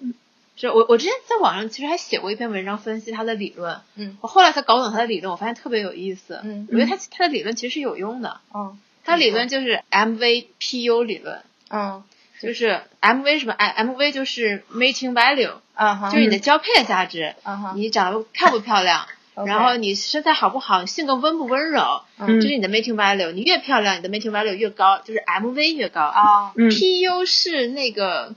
Speaker 3: 是我我之前在网上其实还写过一篇文章分析他的理论，
Speaker 1: 嗯，
Speaker 3: 我后来才搞懂他的理论，我发现特别有意思。
Speaker 1: 嗯
Speaker 3: 我觉得他他的理论其实是有用的，
Speaker 1: 哦，
Speaker 3: 他理论就是 MVPU 理论，
Speaker 1: 嗯，
Speaker 3: 就是 MV 什么哎 M MV 就是 making value，
Speaker 1: 啊哈，
Speaker 3: 就是你的交配价值，
Speaker 1: 啊哈，
Speaker 3: 你长得漂不漂 亮，然后你身材好不好，性格温不温柔，
Speaker 2: 嗯
Speaker 3: 这是你的 making value。你越漂亮，你的 making value 越高，就是 MV 越高。
Speaker 1: 啊，
Speaker 2: 嗯
Speaker 3: PU 是那个，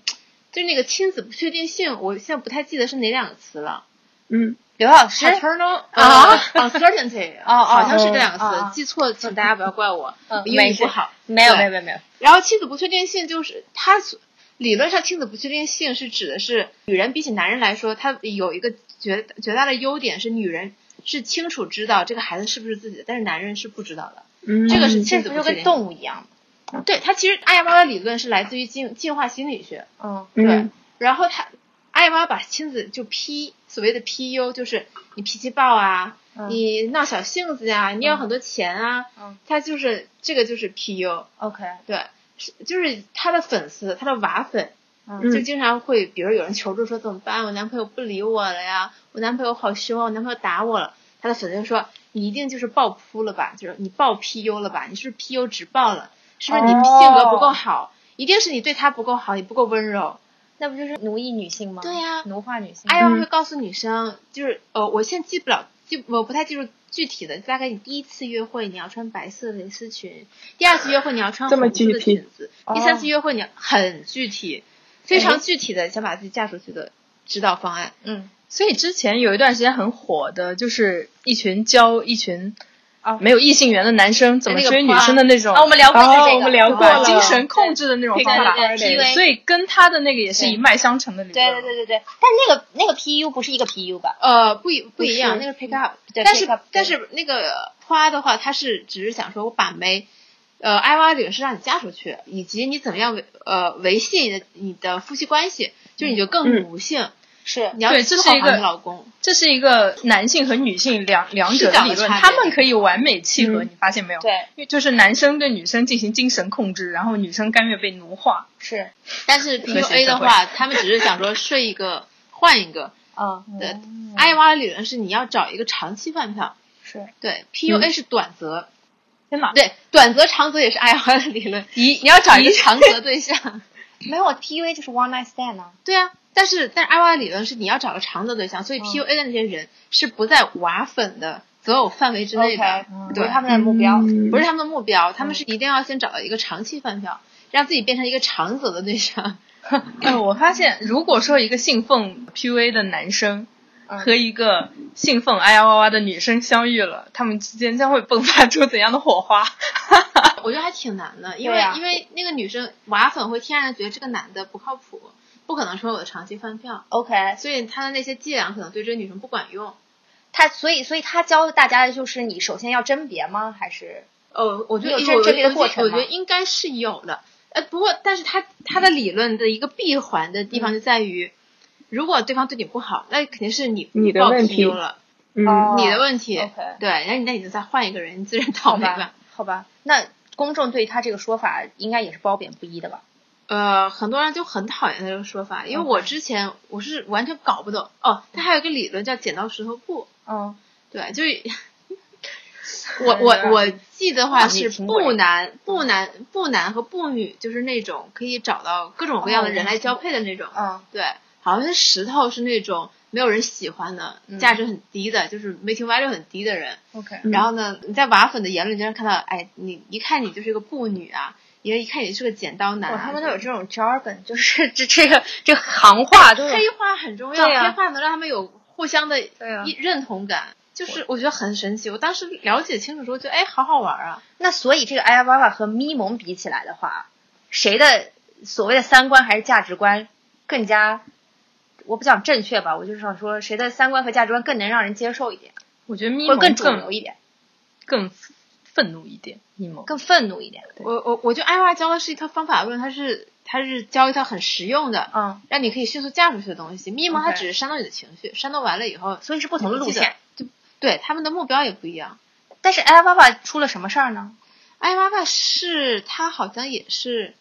Speaker 3: 就是那个亲子不确定性，我现在不太记得是哪两个词了。
Speaker 2: 嗯，
Speaker 1: 刘老师
Speaker 3: Paternal
Speaker 1: 啊
Speaker 3: 呃 uncertainty
Speaker 1: 哦哦
Speaker 3: 好像是这两个
Speaker 1: 哦哦
Speaker 3: 词，记错了请大家不要怪我，
Speaker 1: 嗯
Speaker 3: 我英
Speaker 1: 没
Speaker 3: 语
Speaker 1: 事
Speaker 3: 不好。
Speaker 1: 没有
Speaker 3: 对
Speaker 1: 没有没有没有，
Speaker 3: 然后妻子不确定性就是它所理论上妻子不确定性是指的是女人比起男人来说，她有一个绝绝大的优点是女人是清楚知道这个孩子是不是自己的，但是男人是不知道的。
Speaker 2: 嗯
Speaker 3: 这个是
Speaker 1: 这
Speaker 3: 亲
Speaker 1: 不
Speaker 3: 子
Speaker 1: 就
Speaker 3: 不确
Speaker 1: 跟
Speaker 3: 定。
Speaker 1: 动物一样吗？
Speaker 3: 对，它其实阿亚妈的理论是来自于进进化心理学。
Speaker 1: 嗯
Speaker 3: 对，
Speaker 2: 嗯
Speaker 3: 然后他阿亚妈把亲子就 P 所谓的 PU 就是你脾气暴啊，
Speaker 1: 嗯
Speaker 3: 你闹小性子呀、你有很多钱啊，
Speaker 1: 嗯
Speaker 3: 他就是这个就是 PU，
Speaker 1: ，OK，
Speaker 3: 对，是就是他的粉丝，他的瓦粉。
Speaker 1: 嗯
Speaker 3: 就经常会，比如有人求助说怎么办？我男朋友不理我了呀，我男朋友好凶啊，我男朋友打我了。他的粉丝就说你一定就是爆扑了吧，就是你爆 PU 了吧？你是不是 PU 直爆了？是不是你
Speaker 1: 哦
Speaker 3: 性格不够好？一定是你对他不够好，你不够温柔。
Speaker 1: 那不就是奴役女性吗？
Speaker 3: 对呀
Speaker 1: 奴化女性。
Speaker 3: 哎呀，
Speaker 2: 嗯
Speaker 3: 会告诉女生，就是呃，我现在记不了，记我不太记住具体的，大概你第一次约会你要穿白色的蕾丝裙，第二次约会你要穿
Speaker 2: 这么
Speaker 3: 红色
Speaker 2: 具
Speaker 3: 的
Speaker 2: 体
Speaker 3: 裙子，第三次约会你要很具体，非常具体的想把自己嫁出去的指导方案。
Speaker 1: 嗯，
Speaker 4: 所以之前有一段时间很火的，就是一群教一群
Speaker 1: 啊
Speaker 4: 没有异性缘的男生怎么
Speaker 3: 那个
Speaker 4: 追女
Speaker 3: plan
Speaker 4: 生的哦那种
Speaker 1: 啊，我们聊过一次这
Speaker 2: 哦，
Speaker 1: 个，
Speaker 2: 我们聊
Speaker 1: 对
Speaker 2: 过
Speaker 4: 对
Speaker 2: 了，
Speaker 4: 精神控制的那种
Speaker 2: 对
Speaker 4: 方法，
Speaker 1: 对对对
Speaker 4: 所以跟他的那个也是一脉相承的理
Speaker 1: 对
Speaker 4: 论。
Speaker 1: 对对对对，但那个那个 PU 不是一个 PU 吧？
Speaker 3: 呃，不一不一样，
Speaker 1: 不
Speaker 3: 那
Speaker 1: 是
Speaker 3: 个 pick up，
Speaker 1: 对
Speaker 3: 但是
Speaker 1: pick up，对
Speaker 3: 但是那个花的话，它是只是想说我把媒，呃，I Y 领是让你嫁出去，以及你怎么样维呃维系你的你的夫妻关系，就是你就更
Speaker 2: 嗯
Speaker 3: 奴性，
Speaker 1: 是
Speaker 3: 你要
Speaker 4: 对
Speaker 3: 伺
Speaker 4: 这是一
Speaker 3: 候好
Speaker 4: 个
Speaker 3: 你老公，
Speaker 4: 这是一个男性和女性两两者
Speaker 3: 视角的
Speaker 4: 理论，
Speaker 3: 差别
Speaker 4: 他们可以完美契合，
Speaker 2: 嗯
Speaker 4: 你发现没有？
Speaker 1: 对
Speaker 4: 因为就是男生对女生进行精神控制，然后女生甘愿被奴化。
Speaker 1: 是，
Speaker 3: 但是 P
Speaker 4: 和谐
Speaker 3: U A
Speaker 4: 社
Speaker 3: 的
Speaker 4: 会
Speaker 3: 话，他们只是想说睡一个 换一个，
Speaker 1: 嗯，
Speaker 3: 对哎
Speaker 1: 嗯
Speaker 3: I Y 理论是你要找一个长期饭票，
Speaker 1: 是
Speaker 3: 对 P U A 是短则，
Speaker 4: 天哪！
Speaker 3: 对短则长则也是 I Y 的理论，
Speaker 4: 你你要找一
Speaker 3: 一
Speaker 4: 个
Speaker 3: 长则对象。
Speaker 1: 没有 PUA 就是 one night stand 啊。
Speaker 3: 对啊，但是但是 I Y 理论是你要找个长的对象，所以
Speaker 1: 嗯
Speaker 3: P U A 的那些人是不在瓦粉的择偶范围之内
Speaker 1: OK，
Speaker 3: 的
Speaker 1: 嗯不
Speaker 3: 对
Speaker 1: 是他们的目标。
Speaker 2: 嗯
Speaker 3: 不是他们的目标，他们是一定要先找到一个长期饭票，让自己变成一个长则的对象。
Speaker 4: 呃，我发现，如果说一个信奉 PUA 的男生
Speaker 1: 嗯
Speaker 4: 和一个信奉 I L 哇哇的女生相遇了，他们之间将会迸发出怎样的火花？
Speaker 3: 我觉得还挺难的，因为、
Speaker 1: 对啊
Speaker 3: 因为那个女生瓦粉会天然觉得这个男的不靠谱，不可能成为我的长期饭票，
Speaker 1: OK，
Speaker 3: 所以他的那些伎俩可能对这个女生不管用。
Speaker 1: 他所以所以他教大家的就是你首先要甄别吗？还是
Speaker 3: 哦，我觉得
Speaker 1: 有
Speaker 3: 我
Speaker 1: 这
Speaker 3: 我
Speaker 1: 这
Speaker 3: 觉
Speaker 1: 类的
Speaker 3: 得
Speaker 1: 过程
Speaker 3: 我觉
Speaker 1: 吗
Speaker 3: 得应该是有的。呃，不过，但是他他的理论的一个闭环的
Speaker 1: 嗯
Speaker 3: 地方就在于，如果对方对你不好，那肯定是你
Speaker 2: 你的
Speaker 3: 报
Speaker 2: 问
Speaker 3: PU
Speaker 2: 题
Speaker 3: 了，
Speaker 2: 嗯
Speaker 1: 哦
Speaker 3: 你的问题。
Speaker 1: OK
Speaker 3: 对，那你那你就再换一个人，你自认倒
Speaker 1: 好
Speaker 3: 霉
Speaker 1: 吧
Speaker 3: 吧。？
Speaker 1: 好吧，那公众对他这个说法应该也是褒贬不一的吧？
Speaker 3: 呃，很多人就很讨厌他这个说法，
Speaker 1: 嗯
Speaker 3: 因为我之前我是完全搞不懂。哦，他还有一个理论叫剪刀石头布，
Speaker 1: 嗯
Speaker 3: 对， 就是我我我记得话
Speaker 1: 哇你
Speaker 3: 是
Speaker 1: 挺
Speaker 3: 布
Speaker 1: 会
Speaker 3: 男布男布男和布女，就是那种可以找到各种各样的人来交配的那种。
Speaker 1: 哦嗯
Speaker 3: 对，好像是石头是那种没有人喜欢的，
Speaker 1: 嗯
Speaker 3: 价值很低的，就是 making value 很低的人。
Speaker 1: ，OK，
Speaker 2: 嗯
Speaker 3: 然后呢，你在瓦粉的言论经常看到，哎，你一看你就是一个布女啊，也一看你是个剪刀男、
Speaker 1: 哇，
Speaker 3: 啊。
Speaker 1: 他们都有这种 jargon，就是 这这个这个行话都有
Speaker 3: 黑化很重要，
Speaker 1: 嗯对啊
Speaker 3: 黑化能让他们有互相的
Speaker 1: 对啊
Speaker 3: 一认同感，就是我觉得很神奇。我当时了解清楚之后，觉得哎，好好玩啊！
Speaker 1: 那所以这个 i 娃娃和咪蒙比起来的话，谁的所谓的三观还是价值观更加，我不讲正确吧，我就是想说谁的三观和价值观更能让人接受一点，
Speaker 4: 我觉得咪
Speaker 1: 或者
Speaker 4: 蒙
Speaker 1: 更
Speaker 4: 更
Speaker 1: 主流一点，
Speaker 4: 更愤怒一点，咪蒙。
Speaker 1: 更愤怒一点。
Speaker 3: 我我我觉得 IY 教的是一套方法论，它是它是教一套很实用的，
Speaker 1: 嗯，
Speaker 3: 让你可以迅速嫁出去的东西。咪蒙
Speaker 4: OK
Speaker 3: 它只是煽动你的情绪，煽动完了以后，
Speaker 1: 所以是不同的路
Speaker 3: 记得
Speaker 1: 线。
Speaker 3: 就对他们的目标也不一样。
Speaker 1: 但是 i 娃娃出了什么事儿呢？
Speaker 3: 艾娃娃是她好像也是，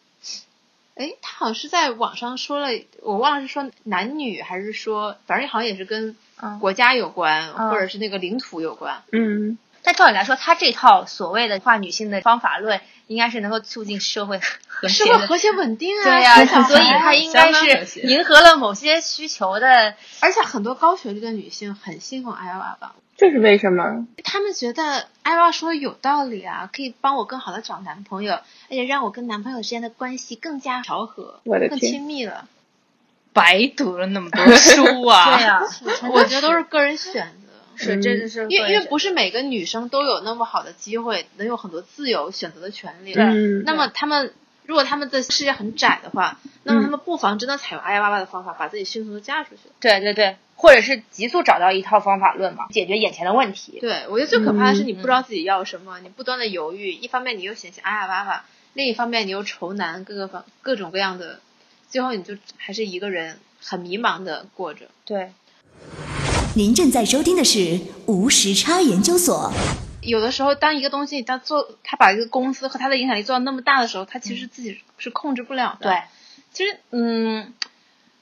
Speaker 3: 哎，她好像是在网上说了，我忘了是说男女还是说，反正好像也是跟
Speaker 1: 嗯
Speaker 3: 国家有关，
Speaker 1: 嗯
Speaker 3: 或者是那个领土有关。
Speaker 2: 嗯
Speaker 1: 但照理来说，他这套所谓的化女性的方法论，应该是能够促进社会和谐
Speaker 3: 社会
Speaker 1: 的。
Speaker 3: 和谐稳定啊，
Speaker 1: 对呀、
Speaker 3: 生小
Speaker 1: 所以
Speaker 3: 孩啊
Speaker 1: 他应该
Speaker 4: 相当
Speaker 1: 是
Speaker 4: 和谐
Speaker 1: 迎合了某些需求的。
Speaker 3: 而且很多高学历的女性很信奉艾娃吧，
Speaker 2: 这是为什么？
Speaker 3: 她们觉得艾娃说的有道理啊，可以帮我更好的找男朋友，而且让我跟男朋友之间的关系更加调和，
Speaker 2: 我的
Speaker 3: 更
Speaker 2: 天
Speaker 3: 亲 密了。
Speaker 4: 白读了那么多书啊，
Speaker 1: 对呀、
Speaker 3: 我觉得都是个人选择。
Speaker 1: 是
Speaker 2: 嗯
Speaker 1: 真的是
Speaker 3: 因为因为
Speaker 1: 会
Speaker 3: 不是每个女生都有那么好的机会，能有很多自由选择的权利。
Speaker 2: 嗯，
Speaker 3: 那么她们如果她们的视野很窄的话，
Speaker 1: 嗯
Speaker 3: 那么她们不妨真的采用爱娃娃的方法，把自己迅速的嫁出去。
Speaker 1: 对对对，或者是急速找到一套方法论嘛，解决眼前的问题。
Speaker 3: 对，我觉得最可怕的是
Speaker 2: 嗯
Speaker 3: 你不知道自己要什么，你不断的犹豫，一方面你又嫌弃哎呀娃娃，另一方面你又愁男各个方各种各样的，最后你就还是一个人很迷茫的过着。
Speaker 2: 啊
Speaker 1: 对，
Speaker 5: 您正在收听的是无时差研究所。
Speaker 3: 有的时候，当一个东西它做，它把一个公司和它的影响力做到那么大的时候，它其
Speaker 2: 嗯
Speaker 3: 实自己是控制不了的。
Speaker 1: 对，
Speaker 3: 其实嗯，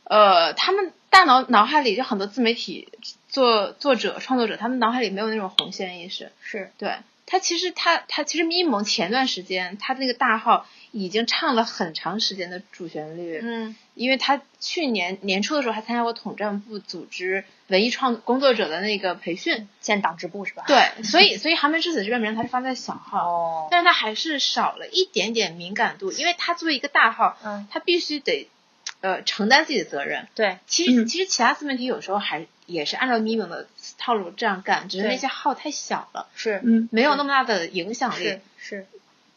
Speaker 3: 呃，他们大脑脑海里就很多自媒体作作者、创作者，他们脑海里没有那种红线意识。
Speaker 1: 是
Speaker 3: 对他其实他他其实咪蒙前段时间他那个大号已经唱了很长时间的主旋律，
Speaker 1: 嗯，
Speaker 3: 因为他去年年初的时候还参加过统战部组织文艺创工作者的那个培训，
Speaker 1: 建党支部是吧？，
Speaker 3: 对，所以所以《寒门之子》这篇文章他是发在小号，
Speaker 1: 哦，
Speaker 3: 但是他还是少了一点点敏感度，因为他作为一个大号，
Speaker 1: 嗯，
Speaker 3: 他必须得呃承担自己的责任，
Speaker 1: 对，
Speaker 3: 其实
Speaker 2: 嗯
Speaker 3: 其实其他自媒体有时候还也是按照咪蒙的套路这样干，只是
Speaker 1: 对
Speaker 3: 那些号太小了。
Speaker 1: 是
Speaker 2: 嗯，
Speaker 3: 没有那么大的影响力
Speaker 1: 是，是，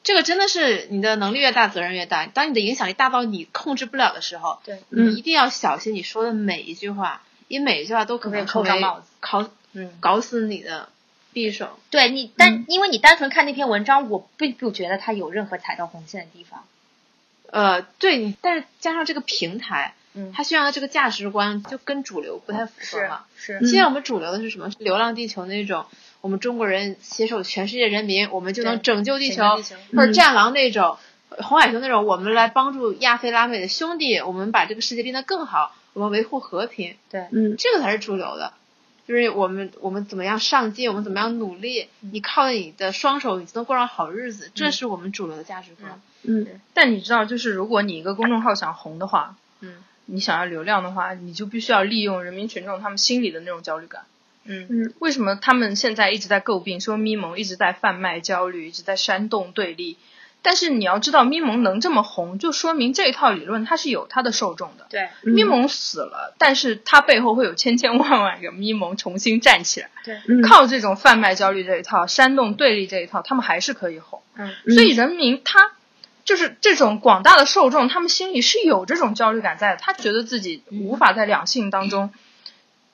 Speaker 3: 这个真的是你的能力越大，责任越大。当你的影响力大到你控制不了的时候，
Speaker 1: 对，
Speaker 2: 嗯
Speaker 3: 你一定要小心你说的每一句话，因为每一句话都可能
Speaker 1: 都
Speaker 3: 成
Speaker 1: 可以
Speaker 3: 为
Speaker 1: 扣上帽子
Speaker 3: 搞
Speaker 1: 嗯，
Speaker 3: 搞死你的匕首。
Speaker 1: 对你，但因为你单纯看那篇文章，我并不觉得它有任何踩到红线的地方。
Speaker 3: 呃，对你，但是加上这个平台，
Speaker 1: 嗯
Speaker 3: 它宣扬的这个价值观就跟主流不太符合嘛。
Speaker 1: 是
Speaker 2: 嗯
Speaker 3: 现在我们主流的是什么？是《流浪地球》那种，我们中国人携手全世界人民，我们就能
Speaker 1: 对
Speaker 3: 拯救地球，
Speaker 1: 拯救地球
Speaker 3: 或者《战狼》那种，红海熊》那种，我们来帮助亚非拉美的兄弟，我们把这个世界变得更好，我们维护和平，
Speaker 1: 对，
Speaker 2: 嗯，
Speaker 3: 这个才是主流的。就是我们我们怎么样上进，我们怎么样努力，你靠你的双手，你就能过上好日子，这是我们主流的价值观。
Speaker 2: 嗯，
Speaker 4: 但你知道，就是如果你一个公众号想红的话，
Speaker 3: 嗯，
Speaker 4: 你想要流量的话，你就必须要利用人民群众他们心里的那种焦虑感。
Speaker 1: 嗯
Speaker 2: 嗯，
Speaker 4: 为什么他们现在一直在诟病说咪蒙一直在贩卖焦虑，一直在煽动对立？但是你要知道，咪蒙能这么红，就说明这一套理论它是有它的受众的。
Speaker 1: 对
Speaker 2: 嗯
Speaker 4: 咪蒙死了，但是它背后会有千千万万个咪蒙重新站起来，
Speaker 1: 对，
Speaker 2: 嗯
Speaker 4: 靠这种贩卖焦虑这一套、煽动对立这一套，他们还是可以红。
Speaker 1: 嗯，
Speaker 2: 嗯
Speaker 4: 所以人民他就是这种广大的受众，他们心里是有这种焦虑感在的，他觉得自己
Speaker 2: 嗯
Speaker 4: 无法在两性当中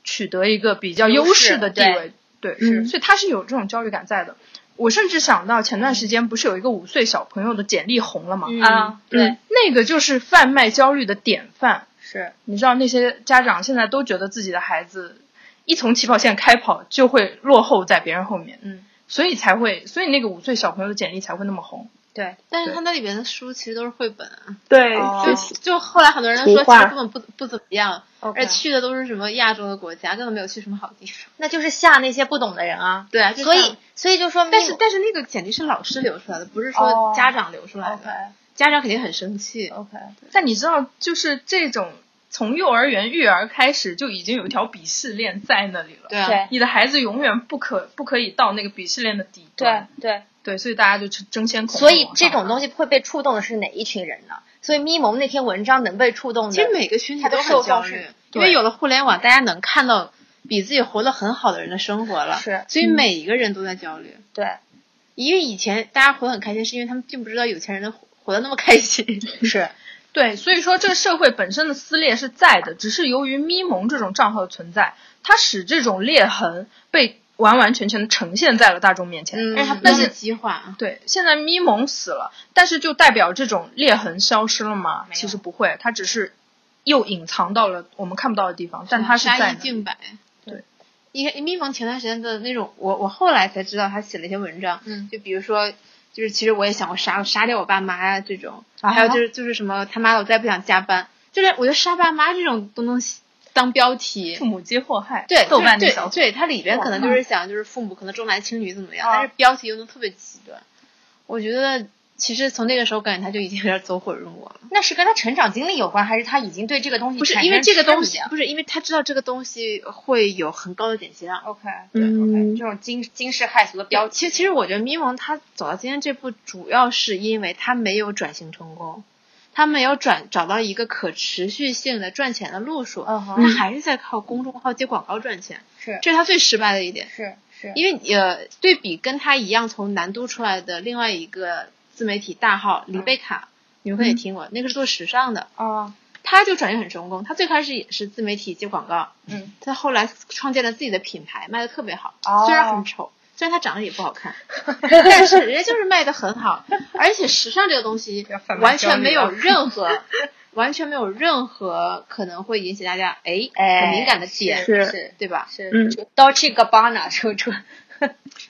Speaker 4: 取得一个比较优势的地位，对，
Speaker 2: 是
Speaker 4: 所以他是有这种焦虑感在的。我甚至想到前段时间不是有一个五岁小朋友的简历红了吗？
Speaker 1: 啊，对
Speaker 2: 嗯，
Speaker 4: 那个就是贩卖焦虑的典范。
Speaker 1: 是
Speaker 4: 你知道那些家长现在都觉得自己的孩子一从起跑线开跑就会落后在别人后面，
Speaker 1: 嗯，
Speaker 4: 所以才会，所以那个五岁小朋友的简历才会那么红。
Speaker 1: 对，
Speaker 3: 但是
Speaker 4: 对
Speaker 3: 它那里边的书其实都是绘本啊，
Speaker 2: 对，
Speaker 1: 哦
Speaker 2: 就
Speaker 3: 就是就后来很多人都说，
Speaker 2: 图
Speaker 3: 其
Speaker 2: 画
Speaker 3: 实根本不不怎么样，而
Speaker 1: 而且
Speaker 3: 去的都是什么亚洲的国家，根本没有去什么好地方。
Speaker 1: 那就是吓那些不懂的人啊。
Speaker 3: 对啊，就
Speaker 1: 所
Speaker 3: 这
Speaker 1: 以
Speaker 3: 样，
Speaker 1: 所以就说明，
Speaker 3: 但是但是那个简历是老师留出来的，不是说
Speaker 1: 哦
Speaker 3: 家长留出来的，家长肯定很生气。
Speaker 1: OK，
Speaker 4: 但你知道，就是这种从幼儿园育儿开始就已经有一条鄙视链在那里了。
Speaker 3: 对啊，
Speaker 1: 对
Speaker 4: 你的孩子永远不可不可以到那个鄙视链的底
Speaker 1: 对
Speaker 4: 端。
Speaker 1: 对，
Speaker 4: 对，所以大家就去争先恐后。
Speaker 1: 所以这种东西会被触动的是哪一群人呢？所以咪蒙那篇文章能被触动的，
Speaker 3: 其实每个群体
Speaker 1: 他的
Speaker 3: 都很
Speaker 1: 受
Speaker 3: 焦
Speaker 1: 众是
Speaker 3: 虑，因
Speaker 4: 对
Speaker 3: 为有了互联网，大家能看到比自己活得很好的人的生活了，
Speaker 1: 是嗯
Speaker 3: 所以每一个人都在焦虑。
Speaker 1: 对
Speaker 3: 因为以前大家活得很开心，是因为他们并不知道有钱人能活活得那么开心。
Speaker 1: 是
Speaker 4: 对，所以说这个社会本身的撕裂是在的，只是由于咪蒙这种账号的存在，它使这种裂痕被完完全全的呈现在了大众面前。
Speaker 1: 嗯
Speaker 3: 但是他不
Speaker 4: 但
Speaker 3: 断
Speaker 4: 是
Speaker 3: 的激化，
Speaker 4: 对，现在咪蒙死了，但是就代表这种裂痕消失了吗？
Speaker 1: 没有
Speaker 4: 其实不会，它只是又隐藏到了我们看不到的地方，但它是
Speaker 3: 嗯杀
Speaker 4: 在
Speaker 3: 一
Speaker 4: 那里。
Speaker 3: 儆百。
Speaker 4: 对，
Speaker 3: 你看蜜蜂前段时间的那种，我我后来才知道他写了一些文章，
Speaker 1: 嗯
Speaker 3: 就比如说，就是其实我也想过杀杀掉我爸妈呀、
Speaker 4: 啊
Speaker 3: 这种，还有就是就是什么他妈的我再也不想加班，就是我觉得杀爸妈这种都能当标题
Speaker 4: 父。母皆祸害，
Speaker 3: 对，
Speaker 4: 豆瓣
Speaker 3: 就
Speaker 4: 的
Speaker 3: 是
Speaker 4: 小
Speaker 3: 对对，它里边可能就是想就是父母可能重男轻女怎么样，
Speaker 4: 啊
Speaker 3: 但是标题又能特别极端。我觉得其实从那个时候感觉他就已经有点走火入魔了。
Speaker 1: 那是跟他成长经历有关，还是他已经对这个东西
Speaker 3: 不是
Speaker 1: 产
Speaker 3: 因为
Speaker 1: 生
Speaker 3: 这个
Speaker 1: 痴
Speaker 3: 东
Speaker 1: 迷
Speaker 3: 西
Speaker 1: 啊，
Speaker 3: 不是因为他知道这个东西会有很高的点击量。
Speaker 1: ？OK，对
Speaker 2: 嗯
Speaker 1: ，OK，这种惊惊世骇俗的标
Speaker 3: 标
Speaker 1: 题，
Speaker 3: 其实其实我觉得咪蒙他走到今天这步，主要是因为他没有转型成功，他没有转找到一个可持续性的赚钱的路数，
Speaker 1: 嗯哼
Speaker 3: 他还是在靠公众号接广告赚钱，
Speaker 1: 是
Speaker 3: 这是他最失败的一点。
Speaker 1: 是是，
Speaker 3: 因为呃，对比跟他一样从南都出来的另外一个自媒体大号黎贝卡，你们可
Speaker 1: 嗯
Speaker 3: 能也听过，那个是做时尚的，
Speaker 1: 啊，
Speaker 3: 他就转型很成功。他最开始也是自媒体接广告，
Speaker 1: 嗯，
Speaker 3: 他后来创建了自己的品牌，卖的特别好，
Speaker 1: 哦
Speaker 3: 虽然很丑，虽然他长得也不好 看，但是人家就是卖的很好，而且时尚这个 东西
Speaker 4: 要贩卖
Speaker 3: 完全
Speaker 4: 焦虑
Speaker 3: 没有
Speaker 4: 了
Speaker 3: 任何， 完全没有任何可能会引起大家哎
Speaker 1: 哎
Speaker 3: 很敏感的点，
Speaker 2: 是
Speaker 1: 是
Speaker 3: 对吧？
Speaker 1: 是，
Speaker 2: 嗯
Speaker 1: 就 Dolce Gabbana 这种，
Speaker 3: 嗯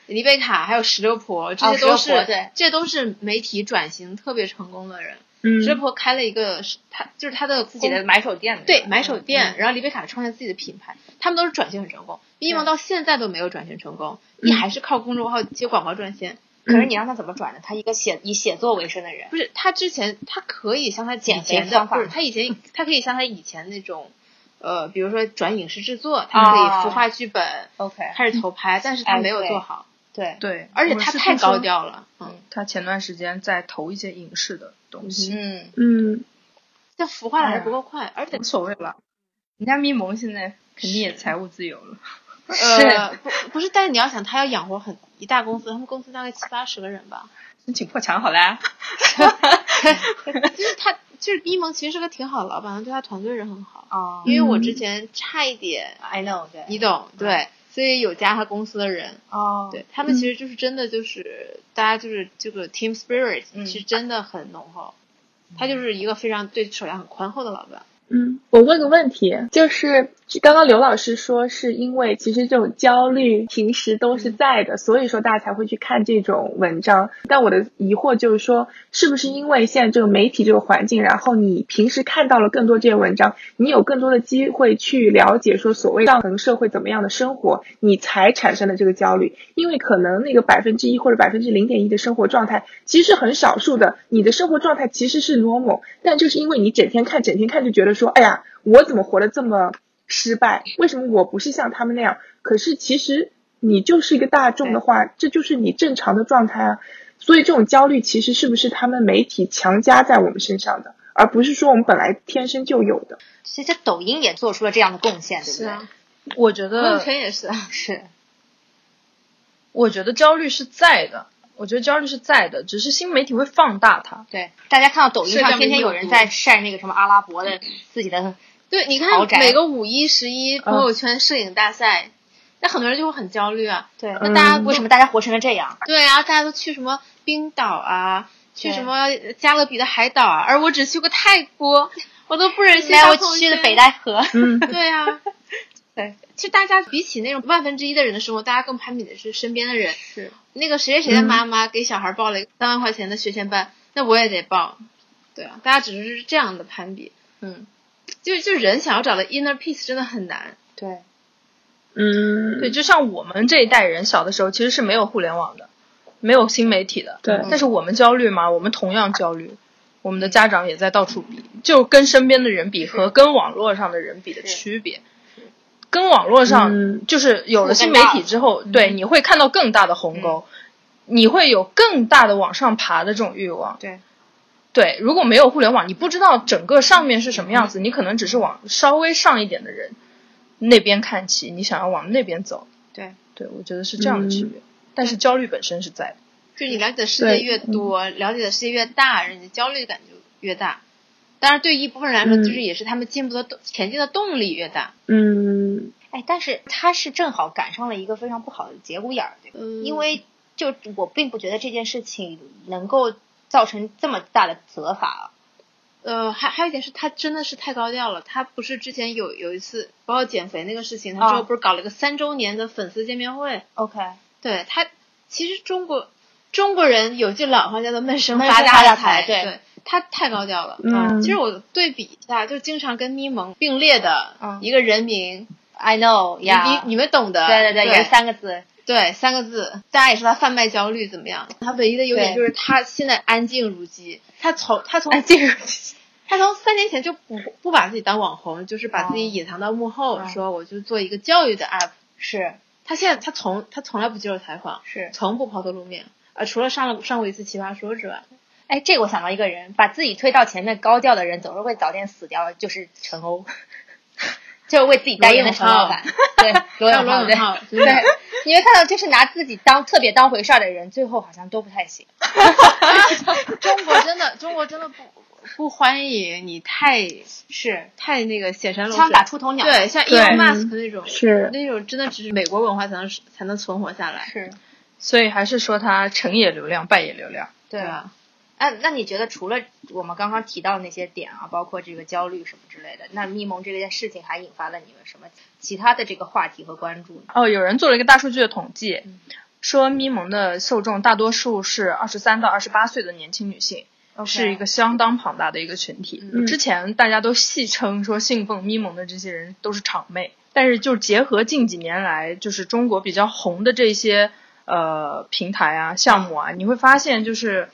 Speaker 3: 丽贝卡还有石榴婆，这
Speaker 1: 哦
Speaker 3: 些都是、
Speaker 1: 石榴婆对
Speaker 3: 这都是媒体转型特别成功的人。
Speaker 2: 嗯
Speaker 3: 石榴婆开了一个，他就是他的自
Speaker 1: 自己的买手店，
Speaker 3: 对嗯买
Speaker 1: 嗯
Speaker 3: 手店，然后丽贝卡创建自己的品牌，他们都是转型很成功。咪蒙到现在都没有转型成功，
Speaker 1: 嗯
Speaker 3: 你还是靠公众号接广告赚钱。
Speaker 1: 可是你让他怎么转呢？他一个写以写作为生的人，
Speaker 3: 不是他之前，他可以像他以
Speaker 1: 减
Speaker 3: 前
Speaker 1: 肥
Speaker 3: 的，
Speaker 1: 方法
Speaker 3: 不是他以前，他可以像他以前那种，呃，比如说转影视制作，他可以
Speaker 1: 哦
Speaker 3: 孵化剧本，
Speaker 1: OK，
Speaker 3: 开始投拍，但是他
Speaker 1: 哎
Speaker 3: 没有
Speaker 1: 对
Speaker 3: 做好，
Speaker 1: 对，
Speaker 4: 对，
Speaker 3: 而且
Speaker 4: 我
Speaker 3: 他
Speaker 4: 是
Speaker 3: 太
Speaker 4: 听说
Speaker 3: 高。调了，嗯。
Speaker 4: 他前段时间在投一些影视的东西，
Speaker 1: 嗯，
Speaker 2: 嗯，
Speaker 3: 但孵化的还不够快，而且
Speaker 4: 无所谓了。人家咪蒙现在肯定也财务自由了，
Speaker 3: 呃，不不是，但是你要想，他要养活很一大公司，他们公司大概七八十个人吧。
Speaker 4: 申请破产好啦。
Speaker 3: 就是他，就是咪蒙其实是个挺好的老板，他对他团队人很好。
Speaker 1: 哦
Speaker 3: 因为我之前差一点，哎
Speaker 1: ，I know，对，
Speaker 3: 你懂对，所以有加他公司的人，
Speaker 1: 哦，
Speaker 3: 对他们其实就是真的就是、大家就是这个 team spirit
Speaker 1: 嗯
Speaker 3: 是真的很浓厚。他就是一个非常对手量很宽厚的老板，
Speaker 2: 嗯，我问个问题，就是刚刚刘老师说，是因为其实这种焦虑平时都是在的，所以说大家才会去看这种文章。但我的疑惑就是说，是不是因为现在这个媒体这个环境，然后你平时看到了更多这些文章，你有更多的机会去了解说所谓上层社会怎么样的生活，你才产生了这个焦虑？因为可能那个百分之一或者百分之零点一的生活状态其实是很少数的，你的生活状态其实是 normal，但就是因为你整天看整天看就觉得说，哎呀，我怎么活得这么失败？为什么我不是像他们那样？可是其实你就是一个大众的话，这就是你正常的状态啊。所以这种焦虑其实是不是他们媒体强加在我们身上的，而不是说我们本来天生就有的？
Speaker 1: 其实抖音也做出了这样的贡献，对不
Speaker 3: 啊
Speaker 1: 对？，
Speaker 4: 啊我觉
Speaker 3: 朋友
Speaker 4: 得，
Speaker 3: 圈也是啊，
Speaker 1: 是，
Speaker 4: 我觉得焦虑是在的，我觉得焦虑是在的，只是新媒体会放大它。
Speaker 1: 对，大家看到抖音
Speaker 3: 社交
Speaker 1: 上
Speaker 3: 媒
Speaker 1: 天
Speaker 3: 体
Speaker 1: 天有
Speaker 3: 有
Speaker 1: 人
Speaker 3: 毒嗯
Speaker 1: 在晒那个什么阿拉伯的自己的，
Speaker 3: 对，你
Speaker 1: 豪宅
Speaker 3: 看每个五一、十一朋友圈摄影大赛，那很多人就会很焦虑啊。
Speaker 1: 对，
Speaker 3: 那大家
Speaker 2: 嗯
Speaker 1: 为什么大家活成了这样？
Speaker 3: 对啊，大家都去什么冰岛啊，去
Speaker 1: 对
Speaker 3: 什么加勒比的海岛啊，而我只去过泰国，我都不忍心
Speaker 1: 来，
Speaker 3: 发
Speaker 1: 我
Speaker 3: 朋友
Speaker 1: 去了
Speaker 3: 圈
Speaker 1: 北。戴河，
Speaker 2: 嗯
Speaker 3: 对啊，
Speaker 1: 对，
Speaker 3: 其实大家比起那种万分之一的人的生活，大家更攀比的是身边的人。
Speaker 1: 是嗯
Speaker 3: 那个谁谁谁的妈妈给小孩报了一个三万块钱的学前班，那我也得报。对啊，大家只是这样的攀比，
Speaker 1: 嗯，
Speaker 3: 就就人想要找到 inner peace 真的很难。
Speaker 1: 对，
Speaker 2: 嗯，
Speaker 4: 对，就像我们这一代人小的时候，其实是没有互联网的，没有新媒体的。
Speaker 2: 对
Speaker 4: 但是我们焦虑嘛，我们同样焦虑，我们的家长也在到处比，就跟身边的人比和跟网络上的人比的区别。跟网络
Speaker 2: 嗯
Speaker 4: 上就是有了新媒体之后，对你会看到更大的鸿沟，你会有更大的往上爬的这种欲望。
Speaker 1: 对
Speaker 4: 对，如果没有互联网，你不知道整个上面是什么样子，你可能只是往稍微上一点的人那边看齐，你想要往那边走。
Speaker 1: 对
Speaker 4: 对，我觉得是这样的区别。但是焦虑本身是在的。
Speaker 3: 就是你了解的世
Speaker 2: 对嗯
Speaker 3: 界越多，了解的世界越大，人家焦虑感就越大。当然，对于一部分人来说，
Speaker 2: 嗯
Speaker 3: 就是也是他们进步的动前进的动力越大。
Speaker 2: 嗯
Speaker 1: 哎，但是他是正好赶上了一个非常不好的节骨眼儿，对吧
Speaker 3: 嗯
Speaker 1: 因为就我并不觉得这件事情能够造成这么大的责罚。
Speaker 3: 呃，还还有一点是他真的是太高调了。他不是之前有有一次包括减肥那个事情，他
Speaker 1: 啊
Speaker 3: 之后不是搞了个三周年的粉丝见面会？
Speaker 1: OK，
Speaker 3: 对他，其实中国中国人有句老话叫做“闷声
Speaker 1: 闷声
Speaker 3: 发
Speaker 1: 发大
Speaker 3: 财”，
Speaker 1: 财对
Speaker 3: 他太高调了。
Speaker 2: 嗯
Speaker 3: 其实我对比一下，就经常跟咪蒙并列的
Speaker 4: 嗯
Speaker 3: 一个人名，
Speaker 1: I know
Speaker 3: 你你
Speaker 1: 呀、
Speaker 3: 你们懂的。
Speaker 1: 对对对，
Speaker 3: 对，
Speaker 1: 也是三个字，
Speaker 3: 对三个字，大家也说他贩卖焦虑怎么样？他唯一的优
Speaker 1: 对
Speaker 3: 点
Speaker 1: 哎
Speaker 3: 就是他现在安静如鸡，他从他从
Speaker 1: 进入
Speaker 3: 他从三年前就不不把自己当网红，就是把自
Speaker 1: 哦
Speaker 3: 己隐藏到幕后，说我就做一个教育的 app。
Speaker 1: 是
Speaker 3: 他现在他从他从来不接受采访，
Speaker 1: 是。
Speaker 3: 从不抛头露面，呃，除了上了上过一次《奇葩说》之外，
Speaker 1: 哎，这个我想到一个人，把自己推到前面高调的人，总是会早点死掉，就是陈欧， 就是为自己代言的陈老板， 对，罗
Speaker 3: 像
Speaker 1: 永
Speaker 3: 罗
Speaker 1: 浩，
Speaker 3: 永
Speaker 1: 对
Speaker 3: 浩，就是
Speaker 1: 对。你会看到，就是拿自己当特别当回事儿的人，最后好像都不太行。
Speaker 3: 中国真的，中国真的不不欢迎你 太
Speaker 1: 是
Speaker 3: 太那个显山露水，
Speaker 1: 枪打出头鸟，
Speaker 3: 对，像
Speaker 4: 对
Speaker 3: Elon Musk 那种，
Speaker 2: 是
Speaker 3: 那种真的只是美国文化才能才能存活下来，
Speaker 1: 是，
Speaker 4: 所以还是说他成也流量，败也流量。
Speaker 1: 对啊。
Speaker 3: 吧？
Speaker 1: 那那你觉得除了我们刚刚提到的那些点啊，包括这个焦虑什么之类的，那密蒙这件事情还引发了你们什么其他的这个话题和关注呢？
Speaker 4: 哦，有人做了一个大数据的统计，说咪蒙的受众大多数是二十三到二十八岁的年轻女性。是一个相当庞大的一个群体。
Speaker 2: 嗯
Speaker 4: 之前大家都戏称说信奉咪蒙的这些人都是厂妹，但是就结合近几年来就是中国比较红的这些呃平台啊项目啊，你会发现就是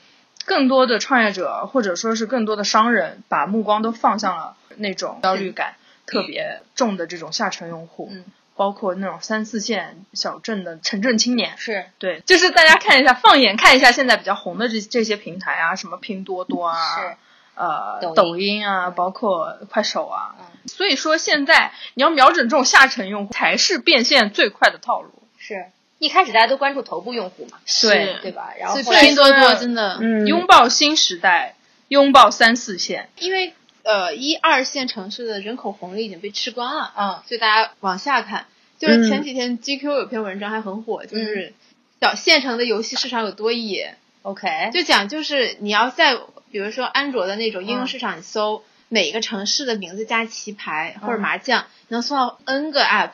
Speaker 4: 更多的创业者或者说是更多的商人把目光都放向了那种焦虑感特别重的这种下沉用户。
Speaker 1: 嗯
Speaker 4: 包括那种三四线小镇的城镇青年，
Speaker 1: 是
Speaker 4: 对，就是大家看一下，放眼看一下现在比较红的这这些平台啊，什么拼多多啊，
Speaker 1: 是
Speaker 4: 呃
Speaker 1: 抖音
Speaker 4: 抖音啊，包括快手啊。
Speaker 1: 嗯
Speaker 4: 所以说现在你要瞄准这种下沉用户，才是变现最快的套路。
Speaker 1: 是，一开始大家都关注头部用户嘛，
Speaker 4: 对
Speaker 1: 对吧？然后
Speaker 3: 所以
Speaker 1: 后来
Speaker 3: 拼多多
Speaker 4: 说
Speaker 3: 真的，
Speaker 2: 嗯
Speaker 4: 拥抱新时代，拥抱三四线，
Speaker 3: 因为呃一二线城市的人口红利已经被吃光了，
Speaker 1: 嗯
Speaker 3: 所以大家往下看。就是前几天 GQ 有篇文章还很火，就是小县城的游戏市场有多野，
Speaker 1: ，OK，
Speaker 3: 就讲就是你要在比如说安卓的那种应
Speaker 1: 嗯
Speaker 3: 用市场，你搜每个城市的名字加棋牌或
Speaker 1: 嗯
Speaker 3: 者麻将，能搜到 N 个 app。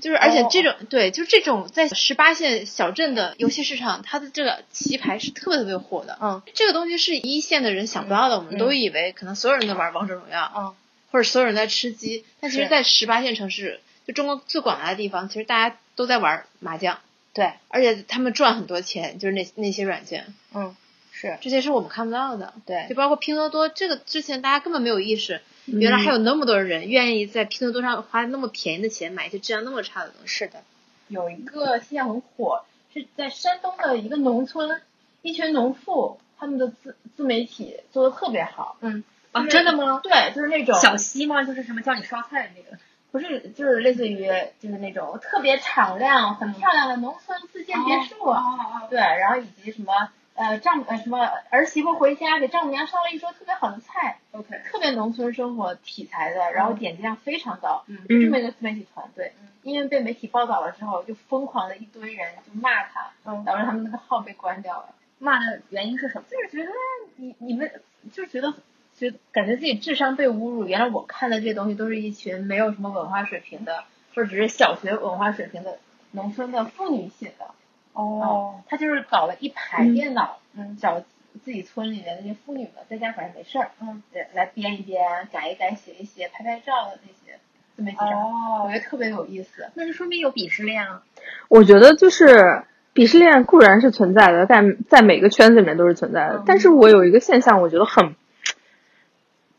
Speaker 3: 就是，而
Speaker 1: 哦
Speaker 3: 且这种、对，就这种在十八线小镇的游戏市场，它的这个棋牌是特别特别火的。
Speaker 1: 嗯，
Speaker 3: 这个东西是一线的人想不到的，我们都以为可能所有人都玩王者荣耀，
Speaker 1: 嗯，
Speaker 3: 或者所有人在吃鸡，但其实，
Speaker 1: 是
Speaker 3: 在十八线城市，就中国最广大的地方，其实大家都在玩麻将，
Speaker 1: 对，
Speaker 3: 而且他们赚很多钱，就是那那些软件，
Speaker 1: 嗯，是
Speaker 3: 这些是我们看不到的。
Speaker 1: 对
Speaker 3: 就包括拼多多，这个之前大家根本没有意识，原来还有那么多人愿意在拼多多上花那么便宜的钱买一些质量那么差的东西。
Speaker 1: 是的，
Speaker 6: 有一个现象很火，是在山东的一个农村，一群农妇他们的自自媒体做的特别好。
Speaker 1: 嗯，
Speaker 3: 啊
Speaker 6: 就是
Speaker 1: 真的吗？
Speaker 6: 对，就是那种
Speaker 1: 西吗？就是什么教你烧菜的那个，
Speaker 6: 不是，就是类似于就是那种特别敞亮、很漂亮的农村自建别墅，啊
Speaker 1: 哦
Speaker 6: 对，然后以及什么呃丈母呃什么儿媳妇回家给丈母娘烧了一桌特别好的菜，OK，特别农村生活题材的，然后
Speaker 1: 嗯
Speaker 6: 点击量非常高，嗯，这么一个自媒体团队，因为被媒体报道了之后，就疯狂的一堆人就骂他，
Speaker 1: 嗯
Speaker 6: 导致他们那个号被关掉了。
Speaker 1: 骂的原因是什么？
Speaker 6: 就是觉得你你们就是觉得觉得感觉自己智商被侮辱。原来我看的这些东西都是一群没有什么文化水平的，或者只是小学文化水平的农村的妇女写的。
Speaker 4: 哦，
Speaker 6: 他就是搞了一排
Speaker 2: 嗯
Speaker 6: 电脑，
Speaker 1: 嗯
Speaker 6: 找自己村里面的那些妇女们，在家反正没事儿，嗯，对，来编一编，改一改，写一写，拍拍照的那些自媒体上，我
Speaker 1: 哦，
Speaker 6: 觉得特别有意思。
Speaker 1: 那就说明有鄙视链啊。
Speaker 2: 我觉得就是鄙视链固然是存在的，在在每个圈子里面都是存在的。但是我有一个现象，我觉得很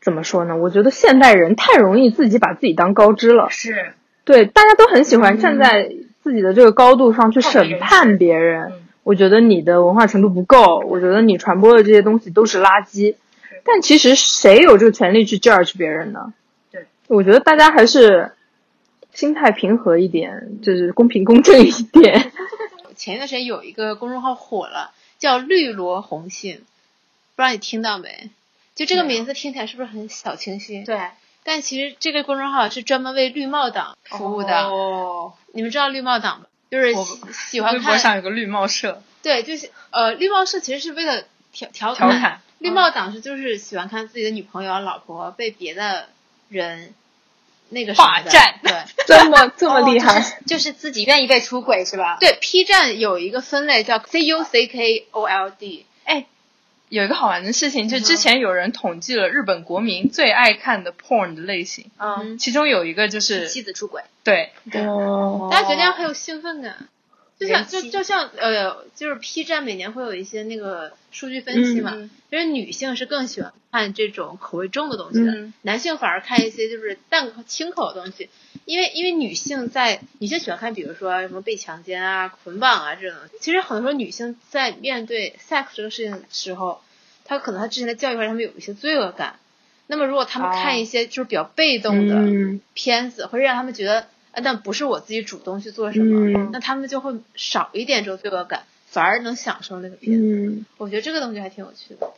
Speaker 2: 怎么说呢？我觉得现代人太容易自己把自己当高知了。
Speaker 1: 是，
Speaker 2: 对，大家都很喜欢站在自己的这个高度上去审判别人。我觉得你的文化程度不够，我觉得你传播的这些东西都是垃圾。但其实谁有这个权利去 judge 别人呢？
Speaker 1: 对，
Speaker 2: 我觉得大家还是心态平和一点，就是公平公正一点。
Speaker 3: 前一段时间有一个公众号火了，叫“绿萝红杏”，不知道你听到没？就这个名字听起来是不是很小清新？。
Speaker 1: 对，
Speaker 3: 但其实这个公众号是专门为绿帽党服务的。
Speaker 4: 哦，
Speaker 3: 你们知道绿帽党吧？就是
Speaker 4: 我
Speaker 3: 喜喜
Speaker 4: 微
Speaker 3: 欢
Speaker 4: 博上
Speaker 3: 看
Speaker 4: 有个绿帽社
Speaker 3: 对，就是呃，绿帽社其实是为了调调
Speaker 4: 调侃，嗯
Speaker 3: 绿帽党是就是喜欢看自己的女朋友、老婆被别的人那个什么的
Speaker 4: 霸占
Speaker 3: 对。
Speaker 2: 这 么这么厉
Speaker 1: 就
Speaker 2: 害，
Speaker 1: 是就是自己愿意被出 轨是吧？
Speaker 3: 对，P 站有一个分类叫 C U C K O L D，
Speaker 4: 有一个好玩的事情，就之前有人统计了日本国民最爱看的 porn 的类型，
Speaker 1: 嗯，
Speaker 4: 其中有一个就是
Speaker 1: 妻子出轨，
Speaker 4: 对
Speaker 2: 哦，
Speaker 3: 大家觉得这样很有兴奋感。就像就
Speaker 1: 人气
Speaker 3: 就像呃，就是 P 站每年会有一些那个数据分析嘛，
Speaker 1: 嗯
Speaker 3: 就是女性是更喜欢看这种口味重的东西的，
Speaker 1: 嗯
Speaker 3: 男性反而看一些就是淡口清口的东西，因为因为女性在女性喜欢看，比如说什么被强奸啊、捆绑啊这种东西。其实很多时候女性在面对 sex 这个事情的时候，她可能她之前的教育上她们有一些罪恶感，那么如果她们
Speaker 4: 哦
Speaker 3: 看一些就是比较被动的，
Speaker 2: 嗯，
Speaker 3: 片子，会让他们觉得，啊，那不是我自己主动去做什么，
Speaker 2: 嗯
Speaker 3: 那他们就会少一点这种罪恶感，反而能享受那个片子。
Speaker 2: 嗯，
Speaker 3: 我觉得这个东西还挺有趣的。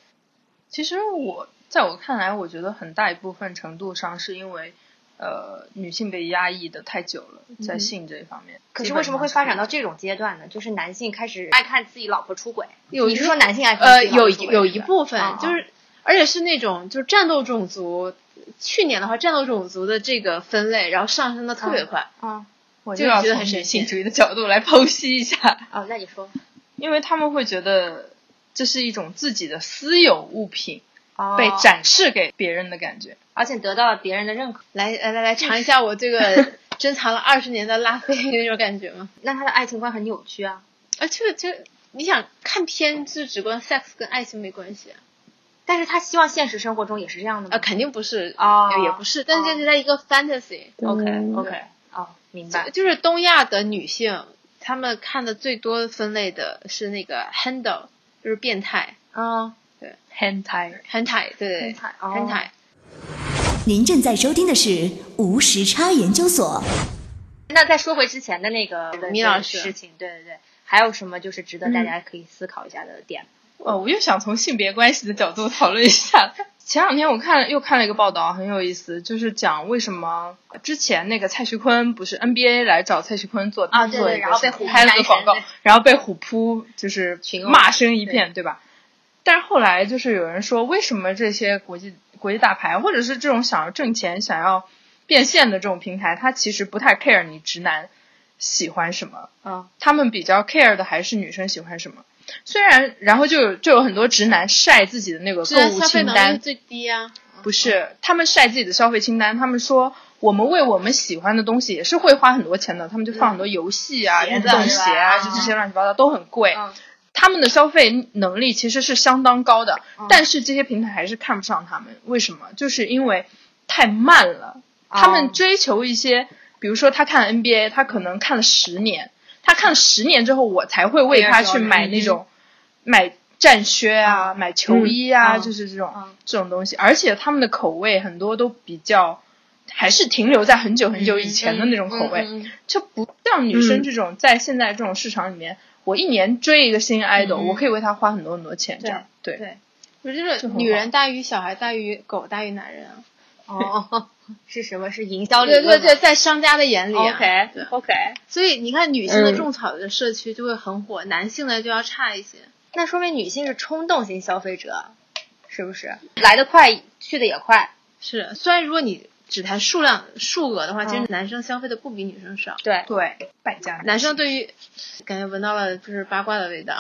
Speaker 4: 其实我在我看来，我觉得很大一部分程度上是因为，呃，女性被压抑的太久了，在性这一方面。
Speaker 1: 可是为什么会发展到这种阶段呢？就是男性开始爱看自己老婆出轨，你是说男性爱看
Speaker 3: 呃，
Speaker 1: 自己老
Speaker 3: 有
Speaker 1: 婆出轨
Speaker 3: 有
Speaker 1: 是
Speaker 3: 一
Speaker 1: 吧
Speaker 3: 部分
Speaker 1: 啊啊
Speaker 3: 就是，而且是那种就是战斗种族，去年的话，战斗种族的这个分类，然后上升的特别快。
Speaker 1: 嗯
Speaker 4: 我
Speaker 3: 就
Speaker 4: 就要
Speaker 3: 觉得
Speaker 4: 从
Speaker 3: 很神
Speaker 4: 女性
Speaker 3: 奇
Speaker 4: 主义的角度来剖析一下，
Speaker 1: 哦，那你说
Speaker 4: 因为他们会觉得这是一种自己的私有物品被
Speaker 1: 哦
Speaker 4: 展示给别人的感觉。
Speaker 1: 而且得到了别人的认可，
Speaker 3: 来来来来，尝一下我 这个珍藏了二十年的拉菲那种感觉吗？
Speaker 1: 那他的爱情观很扭曲啊。
Speaker 3: 啊，这个这个，你想看片就只关 sex 跟爱情没关系啊。
Speaker 1: 但是他希望现实生活中也是这样的吗
Speaker 3: 啊，？肯定不是
Speaker 1: 哦
Speaker 3: 也不是，但是这是在一个 fantasy，、
Speaker 2: 对
Speaker 1: OK，哦，明白。
Speaker 3: 就是东亚的女性，她们看的最多分类的是那个 handle，就是变态
Speaker 1: 嗯，
Speaker 4: hentai，
Speaker 3: hentai，对对对 hentai，,、
Speaker 1: 哦
Speaker 5: 您正在收听的是无时差研究所。
Speaker 1: 那再说回之前的那个
Speaker 3: 米老师
Speaker 1: 事情，对对对，还有什么就是值得大家可以思考一下的点？
Speaker 4: 呃，我又想从性别关系的角度讨论一下。 前两天我看了又看了一个报道，很有意思，就是讲为什么之前那个蔡徐坤不是 NBA 来找蔡徐坤做
Speaker 1: 啊对对
Speaker 4: 做一个
Speaker 1: 然后被虎扑
Speaker 4: 拍了个
Speaker 1: 男神
Speaker 4: 广告
Speaker 1: 对，
Speaker 4: 然后被虎扑就是骂声一片，对吧？但是后来就是有人说，为什么这些国际国际大牌，或者是这种想要挣钱、想要变现的这种平台，它其实不太 care 你直男喜欢什么，
Speaker 1: 嗯，
Speaker 4: 他们比较 care 的还是女生喜欢什么。虽然，然后就有就有很多直男晒自己的那个
Speaker 3: 直
Speaker 4: 购
Speaker 3: 男
Speaker 4: 物
Speaker 3: 消费
Speaker 4: 清
Speaker 3: 能力
Speaker 4: 单，
Speaker 3: 最低啊，
Speaker 4: 不是他们晒自己的消费清单，他们说我们为我们喜欢的东西也是会花很多钱的，他们就放很多游戏啊、
Speaker 1: 嗯鞋
Speaker 4: 运
Speaker 1: 子啊
Speaker 4: 动
Speaker 1: 对吧
Speaker 4: 鞋啊，
Speaker 1: 嗯
Speaker 4: 就这些乱七八糟都很贵。
Speaker 1: 嗯
Speaker 4: 他们的消费能力其实是相当高的，
Speaker 1: 嗯
Speaker 4: 但是这些平台还是看不上他们。为什么？就是因为太慢了。
Speaker 1: 哦
Speaker 4: 他们追求一些，比如说他看 NBA，他可能看了十年，他看了十年之后，我才会
Speaker 1: 哎
Speaker 4: 为他去买那种买战靴啊、买球衣啊，
Speaker 1: 嗯
Speaker 4: 就是这种、
Speaker 1: 嗯
Speaker 4: 这种东西。而且他们的口味很多都比较，还是停留在很久很久以前的那种口味。
Speaker 1: 嗯嗯
Speaker 4: 就不像女生这种、在现在这种市场里面，我一年追一个
Speaker 1: 嗯
Speaker 4: 新 idol，、我可以为他花很多很多钱，这样对。
Speaker 3: 对我就是
Speaker 4: 就很好
Speaker 3: 女人大于小孩大于狗大于男人啊，
Speaker 1: 哦， 是什么？是营销哦理
Speaker 3: 对
Speaker 1: 论吗？
Speaker 3: 对对，在商家的眼里、啊、
Speaker 1: OK
Speaker 3: 对
Speaker 1: OK。
Speaker 3: 所以你看女性的
Speaker 2: 嗯
Speaker 3: 种草的社区就会很火，男性的就要差一些。
Speaker 1: 那说明女性是冲动型消费者，是不是？来得快，去的也快。
Speaker 3: 是，虽然如果你只谈数量数额的话，其实
Speaker 1: 嗯
Speaker 3: 男生消费的不比女生少。
Speaker 1: 对，
Speaker 4: 对，败家
Speaker 3: 男生对于感觉闻到了就是八卦的味道。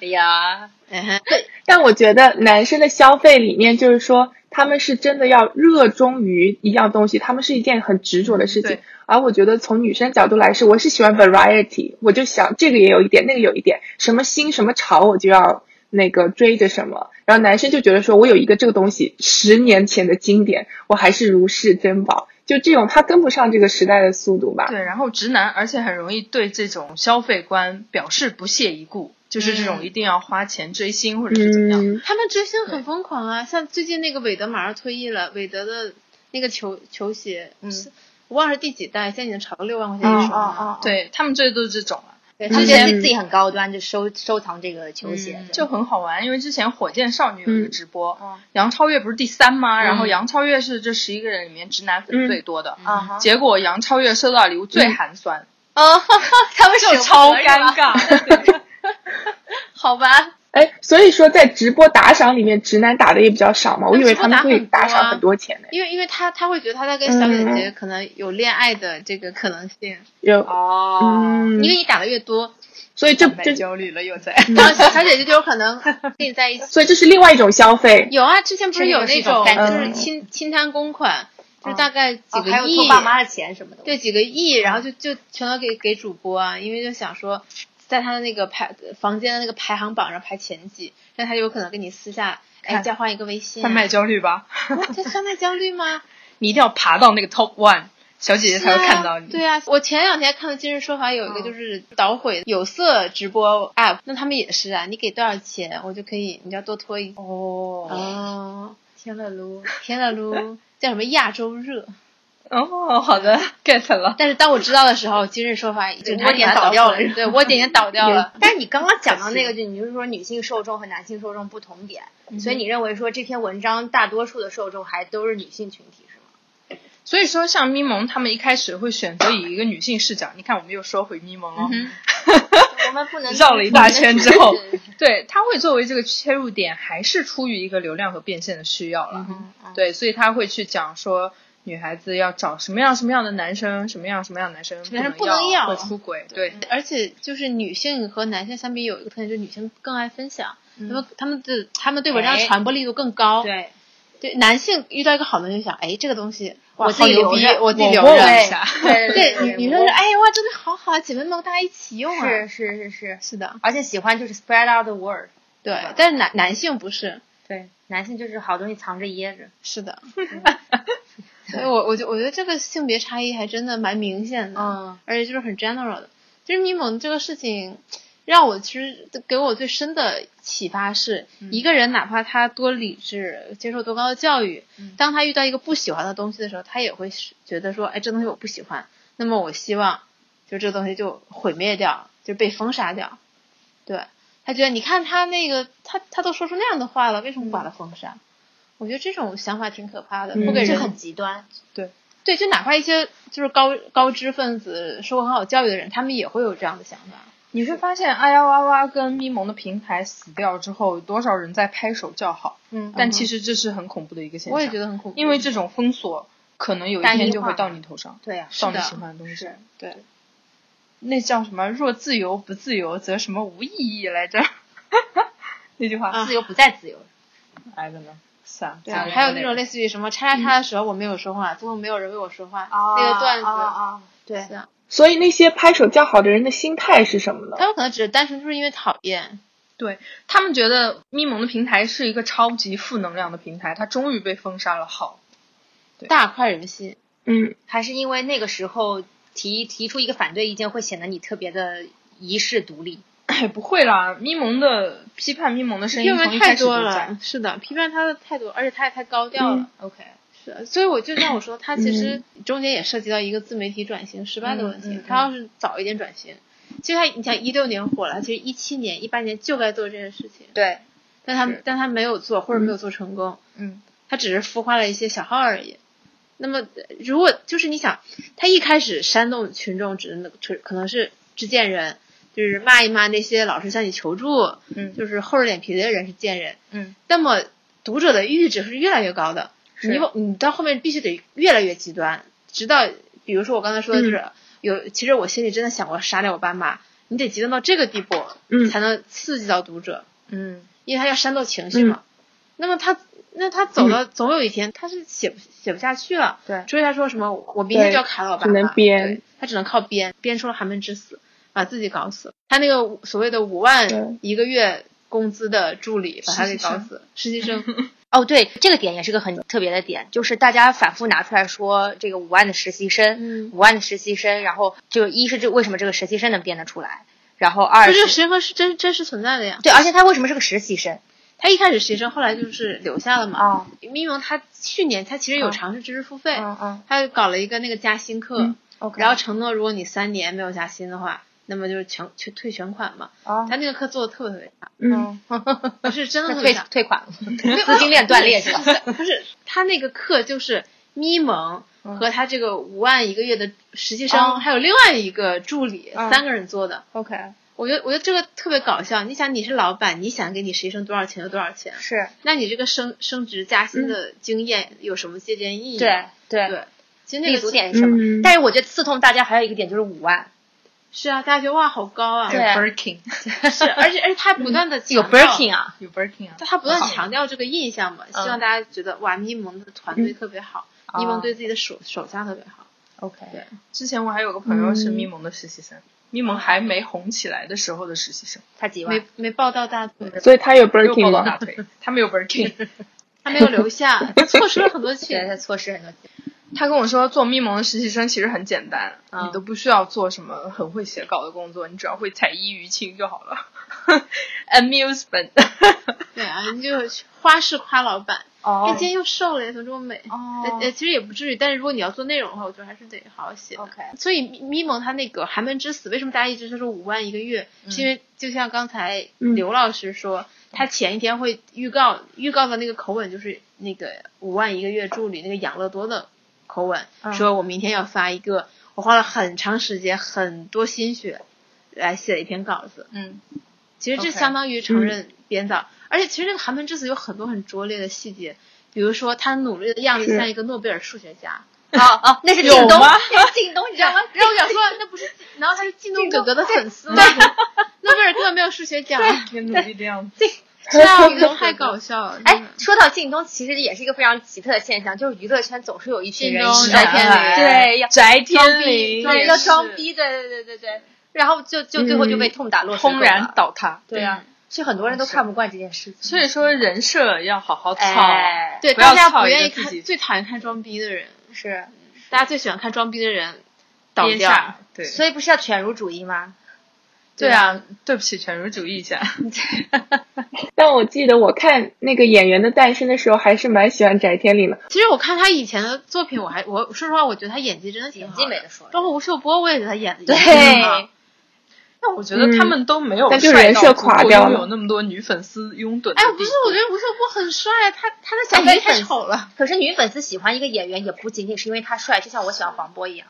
Speaker 1: 哎呀，
Speaker 3: 哎
Speaker 2: 但我觉得男生的消费理念就是说，他们是真的要热衷于一样东西，他们是一件很执着的事
Speaker 4: 嗯
Speaker 2: 情
Speaker 4: 对。
Speaker 2: 而我觉得从女生角度来说，我是喜欢 variety，我就想这个也有一点，那个有一点，什么新什么潮，我就要那个追着什么。然后男生就觉得说我有一个这个东西，十年前的经典，我还是如是珍宝。就这种，他跟不上这个时代的速度吧。
Speaker 4: 对，然后直男，而且很容易对这种消费观表示不屑一顾，就是这
Speaker 1: 嗯
Speaker 4: 种一定要花钱追星或者是怎么样。
Speaker 2: 嗯，
Speaker 3: 他们追星很疯狂啊，像最近那个韦德马上退役了，韦德的那个球球鞋，嗯，我忘了是第几代，现在已经炒到六万块钱一
Speaker 2: 哦
Speaker 3: 双了。
Speaker 4: 对他们追的都是这种啊，
Speaker 1: 对
Speaker 2: 之
Speaker 1: 他们觉得
Speaker 2: 前
Speaker 1: 自己很高端，就收收藏这个球鞋。
Speaker 4: 就很好玩。因为之前火箭少女有一个直播，
Speaker 1: 嗯
Speaker 4: 杨超越不是第三吗？然后杨超越是这十一个人里面直男粉最多的，
Speaker 1: 啊哈，
Speaker 4: 结果杨超越收到礼物最寒酸，
Speaker 1: 哦，他们
Speaker 4: 就超尴。尬。
Speaker 1: 好吧，
Speaker 2: 哎，所以说在直播打赏里面，直男打的也比较少嘛，我以为他们会
Speaker 3: 直播打
Speaker 2: 打
Speaker 3: 很多啊
Speaker 2: 赏很多钱呢。
Speaker 3: 因为因为他他会觉得他在跟小姐姐可能有恋爱的这个可能性，
Speaker 2: 有，
Speaker 1: 哦
Speaker 2: 嗯
Speaker 3: 因，为你打的越多，
Speaker 2: 所以这这
Speaker 4: 买，焦虑了又在。
Speaker 3: 然后小姐姐就有可能跟你在一起。
Speaker 2: 所以这是另外一种消费。
Speaker 3: 有啊，之前不是有
Speaker 1: 这个
Speaker 3: 那种
Speaker 2: 是一种
Speaker 3: 就是
Speaker 2: 感觉
Speaker 3: 侵侵贪公款，就是大概几
Speaker 1: 哦还
Speaker 3: 个
Speaker 1: 有
Speaker 3: 亿
Speaker 1: 偷，爸妈的钱什么的。
Speaker 3: 对几个亿，然后就就全都给给主播啊，因为就想说，在他的那个排房间的那个排行榜上排前几，那他就有可能跟你私下哎
Speaker 4: 看
Speaker 3: 交换一个微信、啊。
Speaker 4: 贩卖焦虑吧，
Speaker 3: 这贩卖焦虑吗？
Speaker 4: 你一定要爬到那个 top one，小姐姐才会看到你。
Speaker 3: 对啊，我前两天看到《今日说法》有一个就是捣毁有色直播 app，那他们也是啊，你给多少钱，我就可以，你要多拖一。
Speaker 1: 哦，
Speaker 3: 哦，天了噜，天了噜，叫什么亚洲热？
Speaker 4: 哦，好的，get 了。
Speaker 3: 但是当我知道的时候，《今日说法》已经
Speaker 1: 窝点倒掉了是吧
Speaker 3: 对，窝点已经倒 掉了。
Speaker 1: 嗯但是你刚刚讲到那个，就你就是说女性受众和男性受众不同点，所以你认为说这篇文章大多数的受众还都是女性群体是吗？
Speaker 4: 所以说，像咪蒙他们一开始会选择以一个女性视角，你看我们又说回咪蒙哦，
Speaker 3: 嗯
Speaker 1: 我们不能
Speaker 4: 绕了一大圈之后
Speaker 1: 对
Speaker 4: 对，他会作为这个切入点，还是出于一个流量和变现的需要
Speaker 3: 嗯
Speaker 4: 了。
Speaker 3: 啊
Speaker 4: 对，所以他会去讲说，女孩子要找什么样什么样的男生，什么样什么样的男生
Speaker 3: 么样
Speaker 4: 不
Speaker 3: 不能要
Speaker 4: 会出轨，对，
Speaker 1: 嗯
Speaker 3: 而且就是女性和男性相比有一个特点，就是女性更爱分享，他们他们的他们对文章的
Speaker 1: 嗯哎
Speaker 3: 传播力度更高。
Speaker 1: 对，
Speaker 3: 对，男性遇到一个好东西就想，哎，这个东西
Speaker 1: 哇
Speaker 3: 我自己
Speaker 1: 好牛
Speaker 3: 留
Speaker 1: 逼
Speaker 3: 着，我自己
Speaker 4: 我
Speaker 3: 留
Speaker 4: 问
Speaker 3: 着。
Speaker 4: 了一下，
Speaker 1: 对
Speaker 3: 对，
Speaker 1: 对，
Speaker 3: 女女生说，哎哇，真的好好，啊，姐妹们大家一起用啊。
Speaker 1: 是是是是，
Speaker 3: 是的，
Speaker 1: 而且喜欢就是 spread out the word，
Speaker 3: 对，但是男男性不是，
Speaker 1: 对，男性就是好东西藏着掖着，
Speaker 3: 是的。所以我我就我觉得这个性别差异还真的蛮明显的，
Speaker 1: 嗯，
Speaker 3: 而且就是很 general 的。就是咪蒙这个事情，让我其实给我最深的启发是，
Speaker 1: 嗯
Speaker 3: 一个人哪怕他多理智，接受多高的教育，
Speaker 1: 嗯
Speaker 3: 当他遇到一个不喜欢的东西的时候，他也会是觉得说，哎，这东西我不喜欢，那么我希望就这个东西就毁灭掉，就被封杀掉。对他觉得，你看他那个，他他都说出那样的话了，为什么
Speaker 1: 嗯
Speaker 3: 不把他封杀？我觉得这种想法挺可怕的，不给
Speaker 1: 就
Speaker 3: 人
Speaker 1: 嗯很极端，
Speaker 3: 对，就哪怕一些就是高高知分子、受过很好教育的人，他们也会有这样的想法。
Speaker 4: 你会发现，哎呀哇哇跟咪蒙的平台死掉之后，有多少人在拍手叫好？
Speaker 1: 嗯
Speaker 4: 但其实这是很恐怖的一个现象。
Speaker 3: 我也觉，得很恐怖，
Speaker 4: 因为这种封锁可能有一
Speaker 1: 单一
Speaker 4: 天就
Speaker 1: 化
Speaker 4: 会到你头上，
Speaker 1: 对呀，
Speaker 4: 到你
Speaker 3: 的
Speaker 4: 喜啊欢的东西。
Speaker 3: 对
Speaker 4: 那叫什么？若自由不自由，则什么无意义来着？ 那句话，
Speaker 1: 自由不再自由，
Speaker 4: 哎，真的，是啊，嗯
Speaker 3: 对
Speaker 4: 讲
Speaker 3: 啊，
Speaker 4: 得
Speaker 3: 还有
Speaker 4: 很
Speaker 3: 那
Speaker 4: 累
Speaker 3: 种类似于什么叉叉叉的时候我没有说话，最后没有人为我说话
Speaker 4: 啊
Speaker 3: 那个段子，
Speaker 1: 啊，对
Speaker 3: 是，啊，
Speaker 2: 所以那些拍手叫好的人的心态是什么呢？
Speaker 3: 他们可能只是单纯就是因为讨厌，
Speaker 4: 对他们觉得咪蒙的平台是一个超级负能量的平台，它终于被封杀了。好，
Speaker 3: 大快人心。
Speaker 2: 嗯，
Speaker 1: 还是因为那个时候提提出一个反对意见会显得你特别的一世独立，
Speaker 4: 哎，不会啦，咪蒙的批判咪蒙的声音
Speaker 3: 因
Speaker 4: 从
Speaker 3: 为
Speaker 4: 一
Speaker 3: 太
Speaker 4: 开始
Speaker 3: 多
Speaker 4: 就在嗯
Speaker 3: 了，是的，批判他的太多，而且他也太高调了。
Speaker 1: OK，
Speaker 3: 是的，所以我就像我说，他其实中间也涉及到一个自媒体转型失败的问题。
Speaker 4: 嗯嗯嗯
Speaker 3: 他要是早一点转型，其实他你想一六年火了，其实一七年、一八年就该做这件事情，
Speaker 1: 对，
Speaker 3: 但他但他没有做，或者没有做成功。
Speaker 4: 嗯，
Speaker 3: 他只是孵化了一些小号而已。那么呃如果就是你想，他一开始煽动群众，只能可能是是贱人，就是骂一骂那些老是向你求助，
Speaker 4: 嗯
Speaker 3: 就是厚着脸皮的人是贱人，
Speaker 4: 嗯，
Speaker 3: 那么读者的阈值是越来越高的，你往你到后面必须得越来越极端，直到比如说我刚才说的就是、
Speaker 4: 嗯
Speaker 3: 有，其实我心里真的想过杀掉我爸妈，你得极端到这个地步，
Speaker 2: 嗯
Speaker 3: 才能刺激到读者，
Speaker 4: 嗯，
Speaker 3: 因为他要煽动情绪
Speaker 2: 嗯
Speaker 3: 嘛。那么他，那他走了，总有一天他是写不写不下去了。
Speaker 4: 对
Speaker 3: 所以他说什么，我明天就要砍了我爸妈，
Speaker 2: 对只能编
Speaker 3: 对，他只能靠编，编出了寒门之死，把自己搞死。他那个所谓的五万
Speaker 2: 对
Speaker 3: 一个月工资的助理，把他给搞死，实习生。
Speaker 1: 哦，对，这个点也是个很特别的点，就是大家反复拿出来说这个五万的实习生
Speaker 3: 嗯，
Speaker 1: 五、万的实习生，然后就一是这为什么这个实习生能编得出来，然后二
Speaker 3: 就这个实
Speaker 1: 是
Speaker 3: 习生是真真实存在的呀。
Speaker 1: 对，而且他为什么是个实习生
Speaker 3: 他一开始实习生，后来就是留下了嘛。
Speaker 2: 哦
Speaker 1: 啊？
Speaker 3: 咪蒙他去年他其实有尝试知识付费，
Speaker 1: 嗯
Speaker 3: 他搞了一个那个加薪课，
Speaker 1: ，OK，
Speaker 3: 然后承诺，如果你三年没有加薪的话，那么就是全全退全款嘛。
Speaker 1: 哦
Speaker 4: 嗯
Speaker 3: 他那个课做的特别特别差，
Speaker 2: 嗯，
Speaker 3: 不是真的特别
Speaker 1: 退
Speaker 3: 差，
Speaker 1: 退款了， 资金链断裂去了。
Speaker 3: 不是他那个课就是咪蒙和他这个五万一个月的实习生，
Speaker 1: 嗯哦
Speaker 3: 还有另外一个助理、
Speaker 1: 嗯
Speaker 3: 三个人做的。
Speaker 1: OK，
Speaker 3: 我觉得我觉得这个特别搞笑。你想，你是老板，你想给你实习生多少钱就多少钱，
Speaker 1: 是
Speaker 3: 那你这个升升职加薪的经验有什么借鉴意义？
Speaker 1: 对对，
Speaker 3: 对，其实那
Speaker 1: 立
Speaker 3: 个
Speaker 1: 足
Speaker 3: 其
Speaker 1: 点是什么？
Speaker 2: 嗯
Speaker 1: 但是我觉得刺痛大家还有一个点就是五万，
Speaker 3: 是啊，大家觉得哇好高啊，
Speaker 1: 对
Speaker 4: Birkin
Speaker 3: 是，而且而且他不断的
Speaker 1: 有 breaking 啊，
Speaker 4: 有 Birkin 啊，
Speaker 3: 他不断强调这个印象嘛，
Speaker 1: 嗯
Speaker 3: 希望大家觉得哇，咪蒙的团队特别好，
Speaker 1: 嗯
Speaker 3: 咪蒙对自己的手手下特别好。
Speaker 1: OK，
Speaker 3: 对
Speaker 4: 之前我还有个朋友是咪蒙的实习生，咪蒙还没红起来的时候的实习生，
Speaker 1: 才几
Speaker 3: 没
Speaker 1: 万，
Speaker 3: 没报到大腿，
Speaker 2: 所以他有
Speaker 4: 没有
Speaker 2: breaking
Speaker 4: 抱到大
Speaker 2: 吗？
Speaker 4: 腿，他没有 Birkin。
Speaker 3: 他没有 留下，错失了很多
Speaker 1: 觉得
Speaker 3: 钱。
Speaker 1: 他错失很多。
Speaker 4: 他跟我说，做咪蒙的实习生其实很简单，
Speaker 1: 嗯
Speaker 4: 你都不需要做什么很会写稿的工作，你只要会采衣娱亲就好了。Amusement
Speaker 3: 对啊，你就花式夸老板，哎，
Speaker 1: 哦
Speaker 3: 今天又瘦了，怎么这么美？呃呃，其实也不至于，但是如果你要做内容的话，我觉得还是得好好写 的。
Speaker 1: ，OK，
Speaker 3: 所以咪咪蒙他那个寒门之死，为什么大家一直说是五万一个月？是因为就像刚才
Speaker 2: 嗯
Speaker 3: 刘老师说，他前一天会预告预告的那个口吻就是那个五万一个月助理那个养乐多的口吻，说我明天要发一个，我花了很长时间很多心血来写了一篇稿子。
Speaker 4: 嗯，
Speaker 3: 其实这
Speaker 4: OK
Speaker 3: 相当于承认编导，而且其实这个寒门之死有很多很拙劣的细节，比如说他努力的样子
Speaker 2: 是
Speaker 3: 像一个诺贝尔数学家。
Speaker 1: 哦哦，那是靳东，那是靳东，你知 道吗？
Speaker 3: 然后我想说，那不是， 然后他是靳东哥哥的粉丝吗？ 诺贝尔根本没有数学奖，
Speaker 4: 也努力的样子。
Speaker 3: 这样子太搞笑了。
Speaker 1: 哎，说到靳东，其实也是一个非常奇特的现象，就是娱乐圈总是有一群人一
Speaker 3: 靳东
Speaker 1: 来
Speaker 3: 翟天临
Speaker 1: 对，要
Speaker 4: 翟天
Speaker 3: 天
Speaker 4: 临
Speaker 3: 临
Speaker 1: 对
Speaker 3: 也
Speaker 1: 要
Speaker 3: 是
Speaker 1: 装逼，对对对对对，然后就就最后就被痛打落水狗
Speaker 4: 轰
Speaker 1: 了
Speaker 4: 然，倒塌。
Speaker 1: 对啊，所以很多人都看不惯这件事情，
Speaker 4: 所以说人设要好好操。
Speaker 1: 哎，
Speaker 3: 对，
Speaker 4: 不要
Speaker 3: 大家
Speaker 4: 操
Speaker 3: 不
Speaker 4: 一
Speaker 3: 愿意
Speaker 4: 个自己
Speaker 3: 看，最讨厌看装逼的人，
Speaker 1: 是，
Speaker 3: 大家最喜欢看装逼的人倒
Speaker 4: 憋
Speaker 3: 掉
Speaker 4: 下。。对，
Speaker 1: 所以不是要犬儒主义吗？
Speaker 4: 对啊，对不起，犬儒主义一下。
Speaker 2: 但我记得我看那个《演员的诞生》的时候，还是蛮喜欢翟天临的。
Speaker 3: 其实我看他以前的作品，我还我说实话，我觉得他演技真的挺
Speaker 1: 演
Speaker 3: 好
Speaker 1: 技
Speaker 3: 的
Speaker 1: 没得说了，
Speaker 3: 包括吴秀波，我也觉得他演的
Speaker 1: 对，
Speaker 4: 那我觉得他们都没有
Speaker 2: 嗯但就
Speaker 4: 帅
Speaker 2: 人
Speaker 4: 到
Speaker 2: 设
Speaker 4: 足
Speaker 2: 垮
Speaker 4: 够
Speaker 2: 掉
Speaker 4: 拥
Speaker 2: 了
Speaker 4: 有那么多女粉丝拥趸。
Speaker 3: 哎，不是，我觉得吴秀波很帅，啊他他的小
Speaker 1: 哎
Speaker 3: 白
Speaker 1: 女粉
Speaker 3: 太
Speaker 1: 丝
Speaker 3: 丑了。
Speaker 1: 可是女粉丝喜欢一个演员，也不仅仅是因为他帅，就像我喜欢黄渤一样。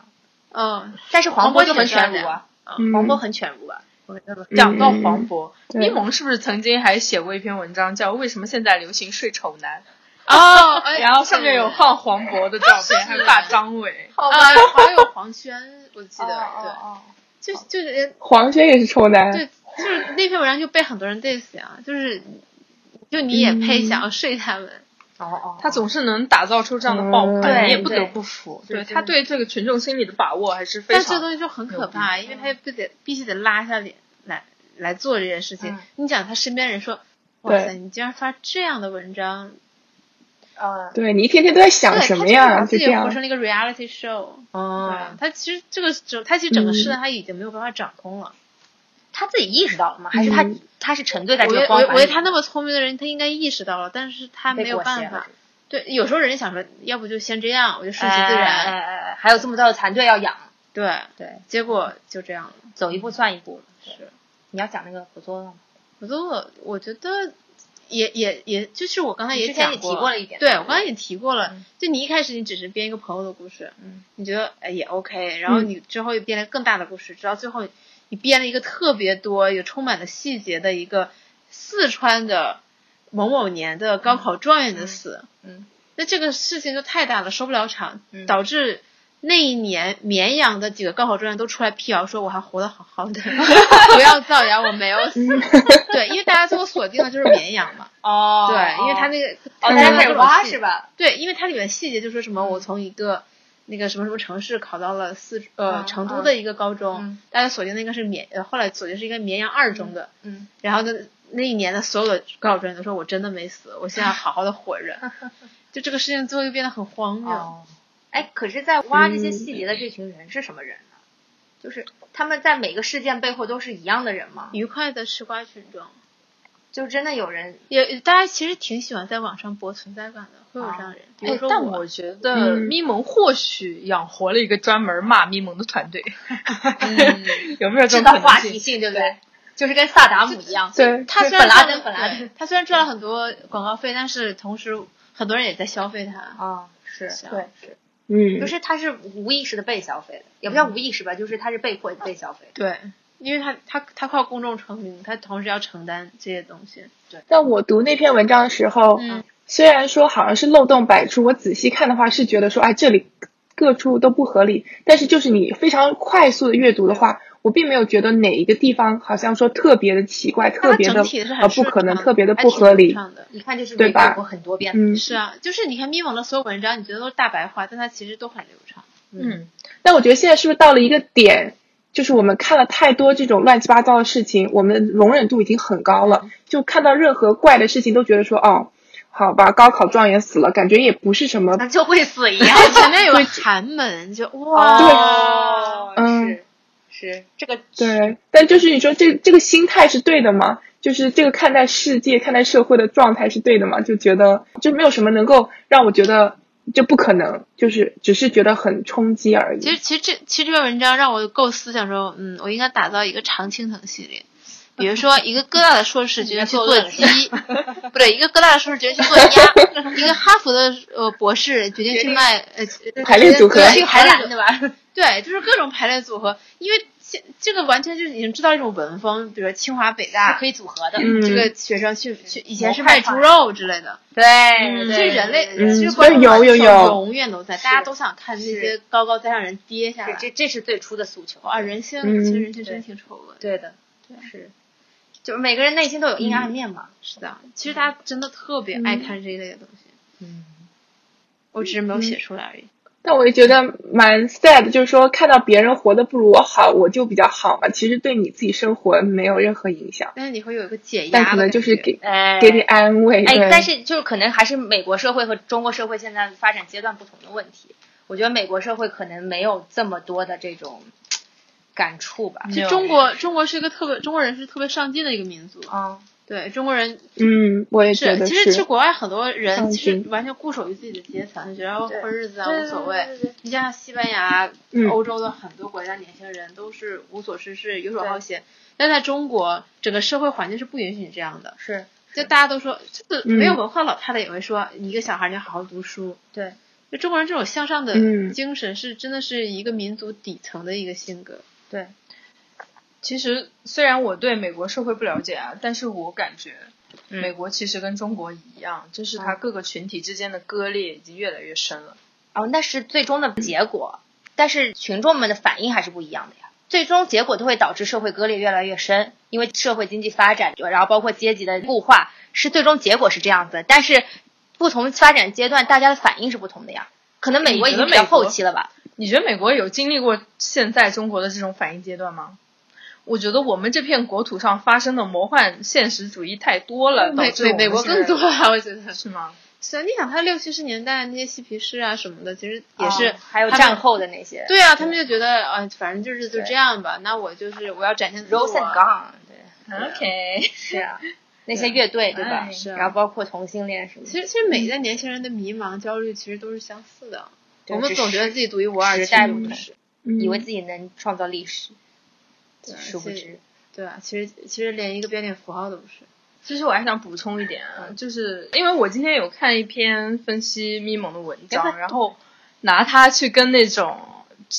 Speaker 3: 嗯，
Speaker 1: 但是
Speaker 4: 黄
Speaker 1: 渤就
Speaker 4: 就
Speaker 1: 很
Speaker 4: 很
Speaker 1: 犬
Speaker 4: 犬
Speaker 1: 儒
Speaker 4: 儒
Speaker 1: 啊
Speaker 4: 啊，。
Speaker 2: 嗯
Speaker 1: 黄渤很犬儒啊。
Speaker 4: 讲到
Speaker 2: 嗯
Speaker 4: 黄渤，
Speaker 2: 对
Speaker 4: 咪蒙是不是曾经还写过一篇文章，叫《为什么现在流行睡丑男
Speaker 3: 哦，哎》，
Speaker 4: 然后上面有放黄渤的照片，还发张伟。
Speaker 1: 哦
Speaker 3: 啊， 还有黄轩，我记得对，就就是
Speaker 2: 黄轩也是丑男，
Speaker 3: 对，就是那篇文章就被很多人 diss 呀，就是就你也
Speaker 2: 嗯
Speaker 3: 配想要睡他们？
Speaker 1: 哦哦，
Speaker 4: 他总是能打造出这样的爆
Speaker 3: 嗯
Speaker 4: 款，
Speaker 1: 对
Speaker 4: 你也不得
Speaker 1: 对
Speaker 4: 不服。对他对这个群众心理的把握还是非
Speaker 3: 但这
Speaker 4: 常。
Speaker 3: 东西就很可怕，因为他也不得必须得拉下脸来来做这件事
Speaker 1: 嗯
Speaker 3: 情。你讲他身边人说，哇
Speaker 2: 对
Speaker 3: 塞，你竟然发这样的文章，
Speaker 1: 呃，
Speaker 2: 对你一天天都在想
Speaker 3: 对，
Speaker 2: 什么
Speaker 3: 他就
Speaker 2: 呀？就是
Speaker 3: 把自
Speaker 2: 这
Speaker 3: 己活
Speaker 2: 样，
Speaker 3: 成了一个 reality show。
Speaker 1: 哦
Speaker 3: 对，啊他其实这个整，他其实整个
Speaker 2: 嗯
Speaker 3: 事呢，他已经没有办法掌控了。
Speaker 1: 他自己意识到了吗？还是他
Speaker 2: 嗯
Speaker 1: 他是沉醉在
Speaker 3: 我
Speaker 1: 这
Speaker 3: 觉
Speaker 1: 个
Speaker 3: 得，
Speaker 1: 光
Speaker 3: 我
Speaker 1: 环
Speaker 3: 觉
Speaker 1: 里面？
Speaker 3: 得我觉得他那么聪明的人，他应该意识到了，但是他
Speaker 1: 被
Speaker 3: 没有
Speaker 1: 裹挟
Speaker 3: 办
Speaker 1: 了
Speaker 3: 法。对，有时候人家想说，要不就先这样，我就顺其
Speaker 1: 哎
Speaker 3: 自然。
Speaker 1: 哎哎哎，还有这么多的团队要养，
Speaker 3: 对，
Speaker 1: 对，
Speaker 3: 结果就这样了。
Speaker 1: 走一步算一步。
Speaker 3: 是，
Speaker 1: 你要讲那个合作吗？
Speaker 3: 我都我我觉得也也也，就是我刚才
Speaker 1: 你
Speaker 3: 也
Speaker 1: 之前
Speaker 3: 讲
Speaker 1: 也提过了一点嗯
Speaker 3: 对
Speaker 1: 对
Speaker 3: 我刚才也提过了。就你一开始你只是编一个朋友的故事，嗯，你觉得哎也 OK，然后
Speaker 1: 嗯
Speaker 3: 你之后又编了更大的故事，直到最后你编了一个特别多、有充满了细节的一个四川的某某年的高考状元的死，
Speaker 4: 嗯嗯
Speaker 3: 那这个事情就太大了，收不了场，
Speaker 1: 嗯
Speaker 3: 导致。那一年，绵阳的几个高考状元都出来辟谣，说我还活得好 好的，不要造谣，我没有死。 对，因为大家最后锁定的就是绵阳嘛。
Speaker 1: 哦
Speaker 3: 对，因为他那个
Speaker 1: 哦，
Speaker 3: 他
Speaker 1: 大家
Speaker 3: 那个
Speaker 1: 开始
Speaker 3: 各种
Speaker 1: 挖
Speaker 3: 细
Speaker 1: 是吧？嗯
Speaker 3: 对，因为它里面细节就说什么，我从一个那个什么什么城市考到了四呃
Speaker 1: 嗯
Speaker 3: 成
Speaker 1: 嗯
Speaker 3: 都的一个高中
Speaker 1: 嗯，
Speaker 3: 大家锁定那个是绵，呃后来锁定是一个绵阳二中的，
Speaker 1: 嗯，
Speaker 3: 然后呢那一年的所有的高考状元都说我真的没死，我现在好好的活着， 就这个事情最后就变得很荒谬。
Speaker 1: 哦，哎，可是，在挖这些细节的这群人是什么人呢？就是他们在每个事件背后都是一样的人吗？
Speaker 3: 愉快的吃瓜群众，
Speaker 1: 就真的有人
Speaker 3: 也大家其实挺喜欢在网上博存在感的，会有这样的人，比如
Speaker 4: 哎
Speaker 3: 说
Speaker 4: 但
Speaker 3: 我
Speaker 4: 我觉得嗯咪蒙或许养活了一个专门骂咪蒙的团队， 有没有嗯这
Speaker 1: 制
Speaker 4: 种
Speaker 1: 造
Speaker 4: 可能
Speaker 1: 话题
Speaker 4: 性？
Speaker 1: 性，对不对？就是跟萨达姆一样，
Speaker 2: 对，
Speaker 3: 他虽
Speaker 1: 本
Speaker 3: 然
Speaker 1: 拉
Speaker 3: 赚了
Speaker 1: 登本拉登
Speaker 3: 对他虽然赚了很多广告费，但是同时很多人也在消费他。
Speaker 1: 啊，是
Speaker 3: 是啊
Speaker 1: 对是，
Speaker 2: 嗯
Speaker 1: 就，是他是无意识的被消费的，也不叫无意识吧，就是他是被迫被消费的。
Speaker 3: 对，因为他他他靠公众成名，他同时要承担这些东西。对，
Speaker 2: 在我读那篇文章的时候，
Speaker 3: 嗯
Speaker 2: 虽然说好像是漏洞百出，我仔细看的话是觉得说，哎，这里各处都不合理。但是就是你非常快速的阅读的话，我并没有觉得哪一个地方好像说特别的奇怪，
Speaker 3: 但
Speaker 2: 特
Speaker 3: 他
Speaker 2: 别
Speaker 3: 整
Speaker 2: 的
Speaker 3: 体是
Speaker 2: 呃
Speaker 3: 很
Speaker 2: 不
Speaker 3: 顺
Speaker 2: 可能，
Speaker 3: 畅
Speaker 2: 特别的
Speaker 3: 还
Speaker 2: 不
Speaker 3: 挺
Speaker 2: 合
Speaker 3: 顺
Speaker 2: 理。
Speaker 3: 畅的
Speaker 1: 你看就是
Speaker 2: 对
Speaker 1: 被
Speaker 2: 吧
Speaker 1: 读过很多遍，
Speaker 2: 嗯，
Speaker 3: 是啊，就是你看咪蒙的所有文章，你觉得都是大白话，但它其实都很流 畅。
Speaker 4: 嗯，
Speaker 2: 但我觉得现在是不是到了一个点，就是我们看了太多这种乱七八糟的事情，我们的容忍度已经很高了，
Speaker 3: 嗯
Speaker 2: 就看到任何怪的事情都觉得说，哦，好吧，高考状元死了，感觉也不是什么
Speaker 1: 那就会死一样
Speaker 3: 然。后前面有个寒门，就哇，
Speaker 2: 对
Speaker 1: 哦
Speaker 2: 嗯
Speaker 1: 是是这个
Speaker 2: 对，但就是你说这这个心态是对的吗？就是这个看待世界、看待社会的状态是对的吗？就觉得就没有什么能够让我觉得这不可能，就是只是觉得很冲击而已。
Speaker 3: 其实，其实这其实这篇文章让我构思，想说，嗯，我应该打造一个常青藤系列，比如说一个哥大的硕士决定去做鸡，不对，一个哥大的硕士决定去做鸭，一个哈佛的呃博士决定去卖呃
Speaker 2: 排列组合
Speaker 3: 决定
Speaker 1: 去
Speaker 3: 去排
Speaker 1: 海
Speaker 3: 列
Speaker 1: 南的吧？
Speaker 3: 对，就是各种排列组合，因为这这个完全就是已经知道一种文风，比如清华北
Speaker 1: 是
Speaker 3: 大
Speaker 1: 可。以组合的。
Speaker 2: 嗯，
Speaker 3: 这个学生去去以前是
Speaker 1: 模块
Speaker 3: 卖
Speaker 1: 化
Speaker 3: 猪肉之类的，
Speaker 1: 嗯对，
Speaker 3: 这
Speaker 1: 对
Speaker 3: 人类
Speaker 1: 对对
Speaker 3: 其
Speaker 2: 嗯
Speaker 3: 实观众
Speaker 2: 有有
Speaker 3: 感受
Speaker 2: 有
Speaker 3: 永远都在，大家都想看那
Speaker 1: 是
Speaker 3: 些高高在上人跌下
Speaker 1: 对
Speaker 3: 来。
Speaker 1: 这这是最初的诉求。
Speaker 3: 哇，啊人性
Speaker 2: 嗯
Speaker 3: 其实人性真
Speaker 1: 对
Speaker 3: 挺丑恶的。
Speaker 1: 对的，是，就是每个人内心都有阴
Speaker 3: 嗯
Speaker 1: 暗面嘛。
Speaker 3: 是的，其实大家真的特别爱看这一类的东西。嗯，我只是没有写出来而已。
Speaker 2: 但我也觉得蛮 sad，就是说看到别人活得不如我好，我就比较好嘛。其实对你自己生活没有任何影响，
Speaker 3: 但是你会有一个解压的
Speaker 2: 但
Speaker 3: 感觉，
Speaker 2: 可能就是给
Speaker 1: 哎
Speaker 2: 给你安慰。
Speaker 1: 哎，
Speaker 2: 对
Speaker 1: 但是就是可能还是美国社会和中国社会现在发展阶段不同的问题。我觉得美国社会可能没有这么多的这种感触吧。
Speaker 3: 就中国中国是一个特别中国人是特别上进的一个民族。
Speaker 1: 嗯，
Speaker 3: 对中国人
Speaker 2: 嗯，我也觉得
Speaker 3: 其实去国外很多人
Speaker 2: 上
Speaker 3: 其实
Speaker 2: 进
Speaker 3: 完全固守于自己的阶层，觉得
Speaker 1: 对
Speaker 3: 混日子啊
Speaker 1: 对
Speaker 3: 无所谓。你像西班牙、
Speaker 2: 嗯
Speaker 3: 欧洲的很多国家年轻人都是无所事事、游手好闲，但在中国整个社会环境是不允许你这样的。
Speaker 1: 是
Speaker 3: 就大家都说，这个
Speaker 2: 嗯
Speaker 3: 没有文化老太太也会说，你一个小孩儿你要好好读书。
Speaker 1: 对，
Speaker 3: 就中国人这种向上的
Speaker 2: 嗯
Speaker 3: 精神是真的是一个民族底层的一个性格。
Speaker 1: 对，
Speaker 4: 其实虽然我对美国社会不了解啊，但是我感觉美国其实跟中国一样，就是它各个群体之间的割裂已经越来越深了。
Speaker 1: 哦，那是最终的结果，但是群众们的反应还是不一样的呀。最终结果都会导致社会割裂越来越深，因为社会经济发展，然后包括阶级的固化，是最终结果是这样子。但是不同发展阶段，大家的反应是不同的呀。可能美国已经比较后期了吧？
Speaker 4: 你觉得美国有经历过现在中国的这种反应阶段吗？我觉得我们这片国土上发生的魔幻现实主义太多了，导
Speaker 3: 美
Speaker 4: 致
Speaker 3: 美
Speaker 4: 我们
Speaker 3: 美国
Speaker 4: 现在
Speaker 3: 更多啊，我觉得。
Speaker 4: 是 吗？
Speaker 3: 是啊，你想他六七十年代那些嬉皮士啊什么的，其实也
Speaker 1: 也
Speaker 3: 是、
Speaker 1: 是，哦还有
Speaker 3: 他们
Speaker 1: 战后的那些
Speaker 3: 对啊，他们就觉得啊、反正就是就
Speaker 1: 对
Speaker 3: 这样吧。那我就是我要展现自
Speaker 1: Rose
Speaker 3: 我
Speaker 1: and。Gone，对，
Speaker 4: 嗯 OK，
Speaker 1: 是啊，那些乐队对吧
Speaker 4: 哎？
Speaker 3: 是啊
Speaker 1: 然后包括同性恋什么的，
Speaker 3: 其实，其实每一代年轻人的迷茫、焦虑其实都是相似的。
Speaker 1: 嗯对
Speaker 3: 我们
Speaker 1: 只
Speaker 3: 总
Speaker 1: 是
Speaker 3: 觉得自己独一无二，
Speaker 1: 时
Speaker 3: 其实
Speaker 1: 代
Speaker 3: 并
Speaker 1: 不
Speaker 3: 不
Speaker 1: 同
Speaker 3: 是。
Speaker 2: 嗯
Speaker 1: 以为自己能创造历史，
Speaker 3: 对
Speaker 1: 殊不
Speaker 3: 所以
Speaker 1: 知，
Speaker 3: 对啊，其实其实连一个标点符号都不是。
Speaker 4: 其实我还想补充一点啊，就是因为我今天有看一篇分析咪蒙的文章，然后拿它去跟那种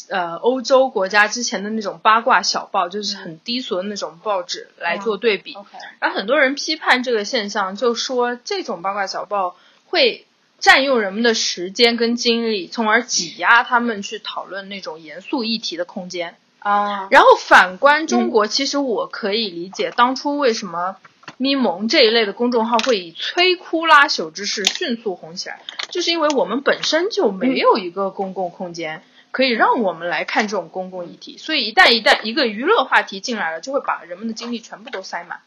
Speaker 4: 呃欧洲国家之前的那种八卦小报，就是很低俗的那种报纸来做对比。
Speaker 1: OK，
Speaker 4: 然后很多人批判这个现象，就说这种八卦小报会占用人们的时间跟精力，从而挤压他们去讨论那种严肃议题的空间。
Speaker 1: 啊，
Speaker 4: 然后反观中国，其实我可以理解当初为什么咪蒙这一类的公众号会以摧枯拉朽之势迅速红起来，就是因为我们本身就
Speaker 1: 嗯
Speaker 4: 没有一个公共空间。可以让我们来看这种公共议题，所以一旦一旦一个娱乐话题进来了，就会把人们的精力全部都塞满。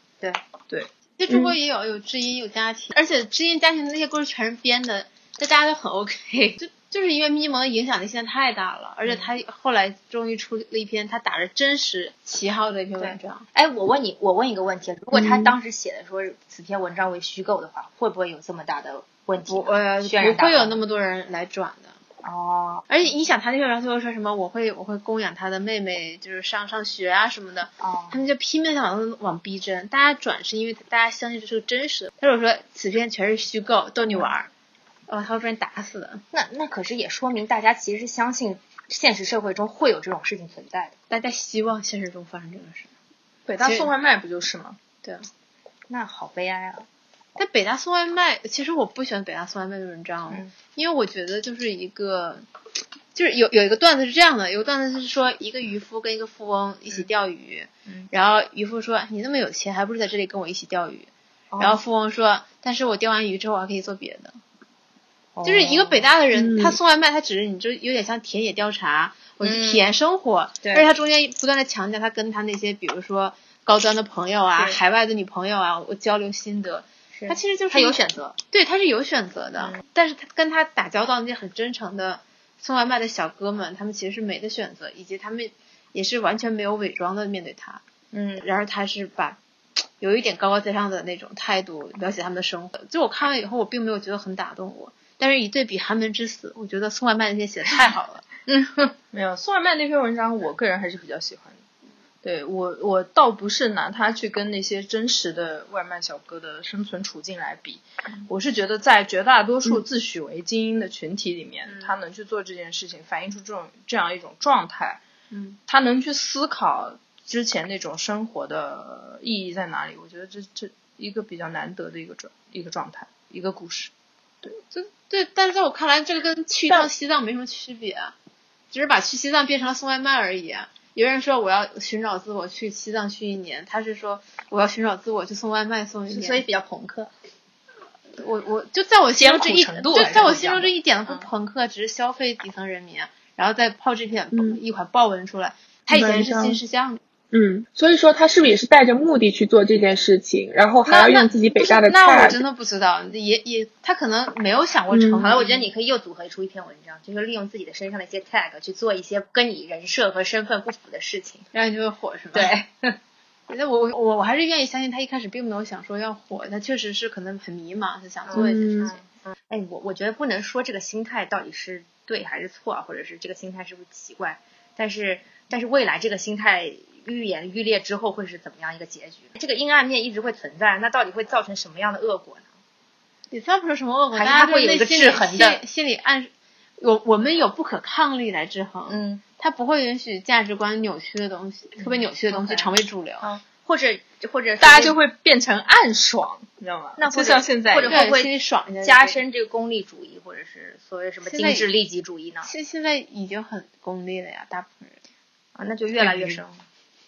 Speaker 3: 其实中国也有有知音有家庭，而且知音家庭的那些歌全是编的，但大家都很 OK。就 就是因为咪蒙的影响力现在太大了，
Speaker 1: 嗯
Speaker 3: 而且他后来终于出了一篇他打着真实旗号的一篇文章。
Speaker 1: 哎，我问你，我问一个问题，如果他当时写的说此篇文章为虚构的话，会不会有这么大的问题
Speaker 3: 不
Speaker 1: 呢？
Speaker 3: 呃
Speaker 1: 渲染
Speaker 3: 不
Speaker 1: 大
Speaker 3: 会有
Speaker 1: 环
Speaker 3: 那么多人来转的。
Speaker 1: 哦，
Speaker 3: 而且你想他那篇文章最后说什么？我会我会供养他的妹妹，就是上上学啊什么的。
Speaker 1: 哦
Speaker 3: 他们就拼命的往往逼真，大家转是因为大家相信这是个真实的。他如果说此篇全是虚构，逗你玩儿，哦，他会被人打死的。
Speaker 1: 那那可是也说明大家其实是相信现实社会中会有这种事情存在的。
Speaker 3: 大家希望现实中发生这个事。
Speaker 4: 北大
Speaker 3: 其实
Speaker 4: 送外卖不就是吗？
Speaker 1: 那好悲哀啊！
Speaker 3: 但北大送外卖，其实我不喜欢北大送外卖的文章，
Speaker 1: 嗯
Speaker 3: 因为我觉得就是一个，就是有有一个段子是这样的，有个段子是说一个渔夫跟一个富翁一起钓鱼，
Speaker 4: 嗯
Speaker 3: 然后渔夫说你那么有钱，还不如在这里跟我一起钓鱼，然后富翁说但是我钓完鱼之后我还可以做别的，就是一个北大的人，
Speaker 2: 嗯
Speaker 3: 他送外卖，他只是你就有点像田野调查，我去体验生活，
Speaker 4: 对
Speaker 3: 而且他中间不断的强调他跟他那些比如说高端的朋友啊、
Speaker 4: 是
Speaker 3: 海外的女朋友啊，我交流心得。他其实就是
Speaker 1: 他有
Speaker 3: 一
Speaker 1: 选择，
Speaker 3: 对，他是有选择的，但是他跟他打交道那些很真诚的送外卖的小哥们，他们其实是没得选择，以及他们也是完全没有伪装的面对他。
Speaker 1: 嗯，
Speaker 3: 然而他是把有一点高高在上的那种态度描写他们的生活。就我看完以后，我并没有觉得很打动我，但是一对比《寒门之死》，我觉得送外卖那些写的太好了。
Speaker 4: 没有送外卖那篇文章，我个人还是比较喜欢的。对我，我倒不是拿它去跟那些真实的外卖小哥的生存处境来比，
Speaker 1: 嗯
Speaker 4: 我是觉得在绝大多数自诩为精英的群体里
Speaker 1: 嗯
Speaker 4: 面，他能去做这件事情，反映出这种这样一种状态，
Speaker 3: 嗯，
Speaker 4: 他能去思考之前那种生活的意义在哪里，我觉得这这一个比较难得的一个状一个状态，一个故事。
Speaker 3: 对，但是在我看来，这个跟去一趟西藏没什么区别，啊只是把去西藏变成了送外卖而已。啊有人说我要寻找自我，去西藏去一年；他是说我要寻找自我，去送外卖送一年。
Speaker 1: 所以比较朋克。
Speaker 3: 我我就在我心中这一
Speaker 4: 艰苦程度
Speaker 3: 就
Speaker 2: 啊
Speaker 4: 还是
Speaker 3: 在我
Speaker 4: 不一
Speaker 3: 心
Speaker 4: 样
Speaker 3: 中
Speaker 4: 的
Speaker 3: 这一点
Speaker 2: 嗯
Speaker 3: 都不朋克，只是消费底层人民，然后再泡这篇、一款爆文出来。他以前是新事项，
Speaker 2: 嗯，所以说他是不是也是带着目的去做这件事情，然后还
Speaker 3: 那
Speaker 2: 要
Speaker 3: 那
Speaker 2: 用自己北
Speaker 3: 不是
Speaker 2: 大的
Speaker 3: 那我
Speaker 2: 菜？
Speaker 3: 真的不知道，也也他可能没有想过成。
Speaker 2: 嗯
Speaker 3: 好
Speaker 1: 好
Speaker 3: 了，
Speaker 1: 了，
Speaker 3: 我
Speaker 1: 我
Speaker 3: 觉
Speaker 1: 觉得
Speaker 3: 得你
Speaker 1: 你可以又组合出一篇文章，就是利用自己的身上的一些 tag 去做一些跟你人设和身份不符的事情。
Speaker 3: 然后你就会火是吗？。，那我我我还是愿意相信他一开始并没有想说要火，他确实是可能很迷茫，他想做一些事
Speaker 2: 嗯
Speaker 3: 情。
Speaker 1: 哎，我我觉得不能说这个心态到底是对还是错，啊或者是这个心态是不是奇怪，但是但是未来这个心态愈演愈烈之后会是怎么样一个结局？这个阴暗面一直会存在，那到底会造成什么样的恶果呢？
Speaker 3: 也算不出什么恶果，
Speaker 1: 还是
Speaker 3: 大家
Speaker 1: 他会
Speaker 3: 就是
Speaker 1: 有一个制
Speaker 3: 内心里
Speaker 1: 衡的
Speaker 3: 心里心里暗示。我我们有不可抗力来制衡，
Speaker 1: 嗯，
Speaker 3: 他不会允许价值观扭曲的东西，特别扭曲的东西
Speaker 1: OK
Speaker 3: 成为主
Speaker 1: 嗯
Speaker 3: 流。
Speaker 1: 或者或者
Speaker 4: 大家就会变成暗爽，你知道吗？
Speaker 1: 那或
Speaker 4: 就
Speaker 1: 者
Speaker 4: 像现在一
Speaker 1: 或
Speaker 4: 样，
Speaker 1: 者
Speaker 3: 对
Speaker 1: 会不会
Speaker 3: 心里爽一下就
Speaker 1: 加
Speaker 3: 对
Speaker 1: 深这个功利主义，或者是所谓什么
Speaker 3: 现在
Speaker 1: 精致利己主义呢？
Speaker 3: 现现在已经很功利了呀，大部分人。
Speaker 1: 啊，那就越来越
Speaker 4: 嗯
Speaker 1: 深了。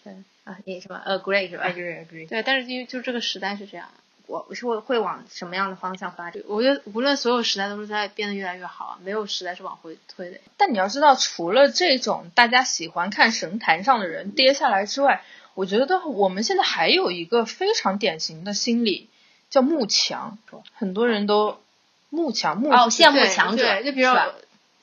Speaker 1: 对啊，那什么呃 g r e y 是吧？
Speaker 4: agree agree。
Speaker 3: 对，但是因为就这个时代是这样，
Speaker 1: 我我是会会往什么样的方向发展？
Speaker 3: 我觉得无论所有时代都是在变得越来越好，啊没有时代是往回推的。
Speaker 4: 但你要知道，除了这种大家喜欢看神坛上的人跌下来之外，我觉得我们现在还有一个非常典型的心理叫慕强，很多人都慕强慕
Speaker 1: 哦，羡慕
Speaker 3: 对
Speaker 1: 强者，
Speaker 3: 对就比
Speaker 1: 是
Speaker 3: 如
Speaker 1: 吧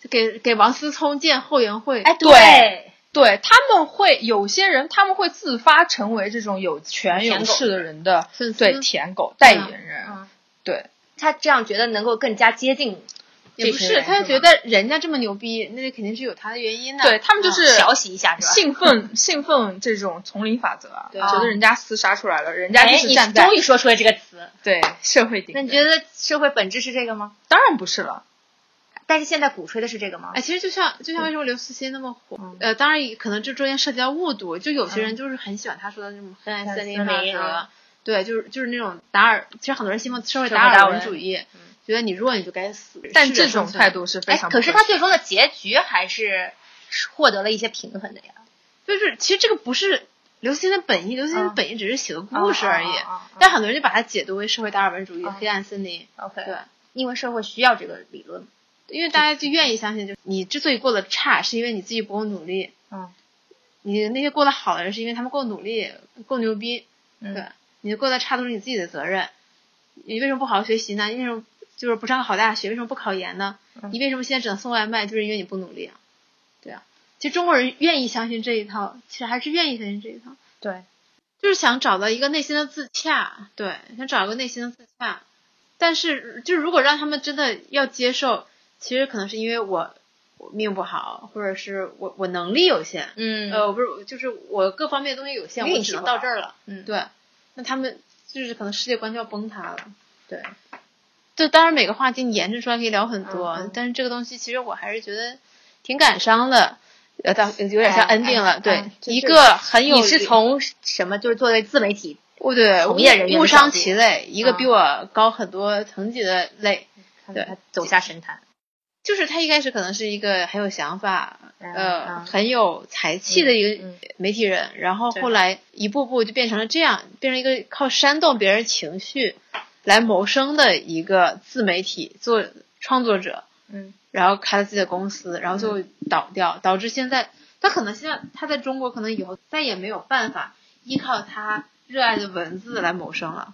Speaker 3: 就给给王思聪建后援会，
Speaker 1: 哎，
Speaker 4: 对对他们会有些人他们会自发成为这种有权有势的人的
Speaker 3: 粉丝
Speaker 4: 对舔狗代言人，
Speaker 1: 嗯
Speaker 4: 对
Speaker 1: 他这样觉得能够更加接近这
Speaker 3: 也不
Speaker 1: 群
Speaker 3: 是，
Speaker 1: 人
Speaker 3: 他
Speaker 1: 是
Speaker 3: 就觉
Speaker 1: 吗
Speaker 3: 得人家这么牛逼，那肯定是有他的原因的。
Speaker 4: 对，他们就是
Speaker 1: 啊调戏一嗯下是吧？
Speaker 4: 信奉信奉这种丛林法则啊，
Speaker 3: 对
Speaker 4: 觉得人家厮杀出来了，人家就
Speaker 1: 哎，
Speaker 4: 是
Speaker 1: 你
Speaker 4: 站在
Speaker 1: 终于说出了这个词，
Speaker 4: 对社会顶
Speaker 1: 那
Speaker 4: 端。
Speaker 1: 你觉得社会本质是这个吗？
Speaker 4: 当然不是了，
Speaker 1: 但是现在鼓吹的是这个吗？
Speaker 3: 哎，其实就像就像为什么刘慈欣那么火，呃，当然也可能这中间涉及到误读，就有些人就是很喜欢他说的那种黑暗
Speaker 1: 黑暗
Speaker 3: 森林
Speaker 1: 森
Speaker 3: 法
Speaker 1: 林
Speaker 3: 则
Speaker 1: 啊，
Speaker 3: 对，就是就是那种达尔，其实很多人希望社会
Speaker 1: 社
Speaker 3: 达
Speaker 1: 会达
Speaker 3: 尔
Speaker 1: 尔
Speaker 3: 文
Speaker 1: 文
Speaker 3: 主义，觉得你弱你就该死，
Speaker 4: 但
Speaker 3: 适者
Speaker 4: 这种
Speaker 3: 生存
Speaker 4: 态，度是非
Speaker 1: 哎，
Speaker 4: 常不
Speaker 1: 可
Speaker 4: 合
Speaker 1: 是
Speaker 4: 适。
Speaker 1: 他最终的结局还是获得了一些平衡的呀。
Speaker 3: 就是其实这个不是刘慈欣的本意，刘慈欣的
Speaker 1: 啊
Speaker 3: 本意只是写个故事
Speaker 4: 嗯
Speaker 3: 而已
Speaker 1: 啊啊啊啊啊，
Speaker 3: 但很多人就把它解读为社会达尔文主义、黑暗森林，
Speaker 1: OK，
Speaker 3: 对。
Speaker 1: 因为社会需要这个理论。
Speaker 3: 因为大家就愿意相信，就是你之所以过得差，是因为你自己不够努力。
Speaker 1: 嗯，
Speaker 3: 你那些过得好的人，是因为他们够努力、够牛逼。
Speaker 1: 嗯
Speaker 3: 对，你过得差都是你自己的责任。你为什么不好好学习呢？你为什么就是不上个好大学？为什么不考研呢？
Speaker 1: 嗯
Speaker 3: 你为什么现在只能送外卖？就是因为你不努力啊。对啊，其实中国人愿意相信这一套，其实还是愿意相信这一套。
Speaker 1: 对，
Speaker 3: 就是想找到一个内心的自洽，对，想找一个内心的自洽。但是，就如果让他们真的要接受，其实可能是因为我我命不好，或者是我我能力有限，
Speaker 1: 嗯
Speaker 3: 呃，不是，就是我各方面的东西有限，我
Speaker 1: 运气
Speaker 3: 只能
Speaker 1: 不好
Speaker 3: 到这儿了。
Speaker 1: 嗯
Speaker 3: 对，那他们就是可能世界观就要崩塌了。
Speaker 1: 对，
Speaker 3: 就当然每个话题你延伸出来可以聊很多，
Speaker 1: 嗯嗯嗯
Speaker 3: 但是这个东西其实我还是觉得挺感伤的。呃，到有点像
Speaker 1: 哎
Speaker 3: ending 了。对
Speaker 1: 哎，
Speaker 3: 一个很有
Speaker 1: 你是从什么？就是作为自媒体，
Speaker 3: 哦对
Speaker 1: 从业人员的
Speaker 3: 误
Speaker 1: 角
Speaker 3: 伤
Speaker 1: 度
Speaker 3: 其类，一个
Speaker 1: 嗯
Speaker 3: 比我高很多层级的类，对
Speaker 1: 走下神坛。
Speaker 3: 就是他一开始可能是一个很有想法，呃，
Speaker 1: 嗯
Speaker 3: 很有才气的一个
Speaker 1: 嗯
Speaker 3: 媒体人，然后
Speaker 1: 对
Speaker 3: 后来一步步就变成了这样，变成一个靠煽动别人情绪来谋生的一个自媒体做创作者，
Speaker 4: 嗯，
Speaker 3: 然后开了自己的公司，然后就倒掉，导致现在他可能现在他在中国可能以后再也没有办法依靠他热爱的文字来谋生了，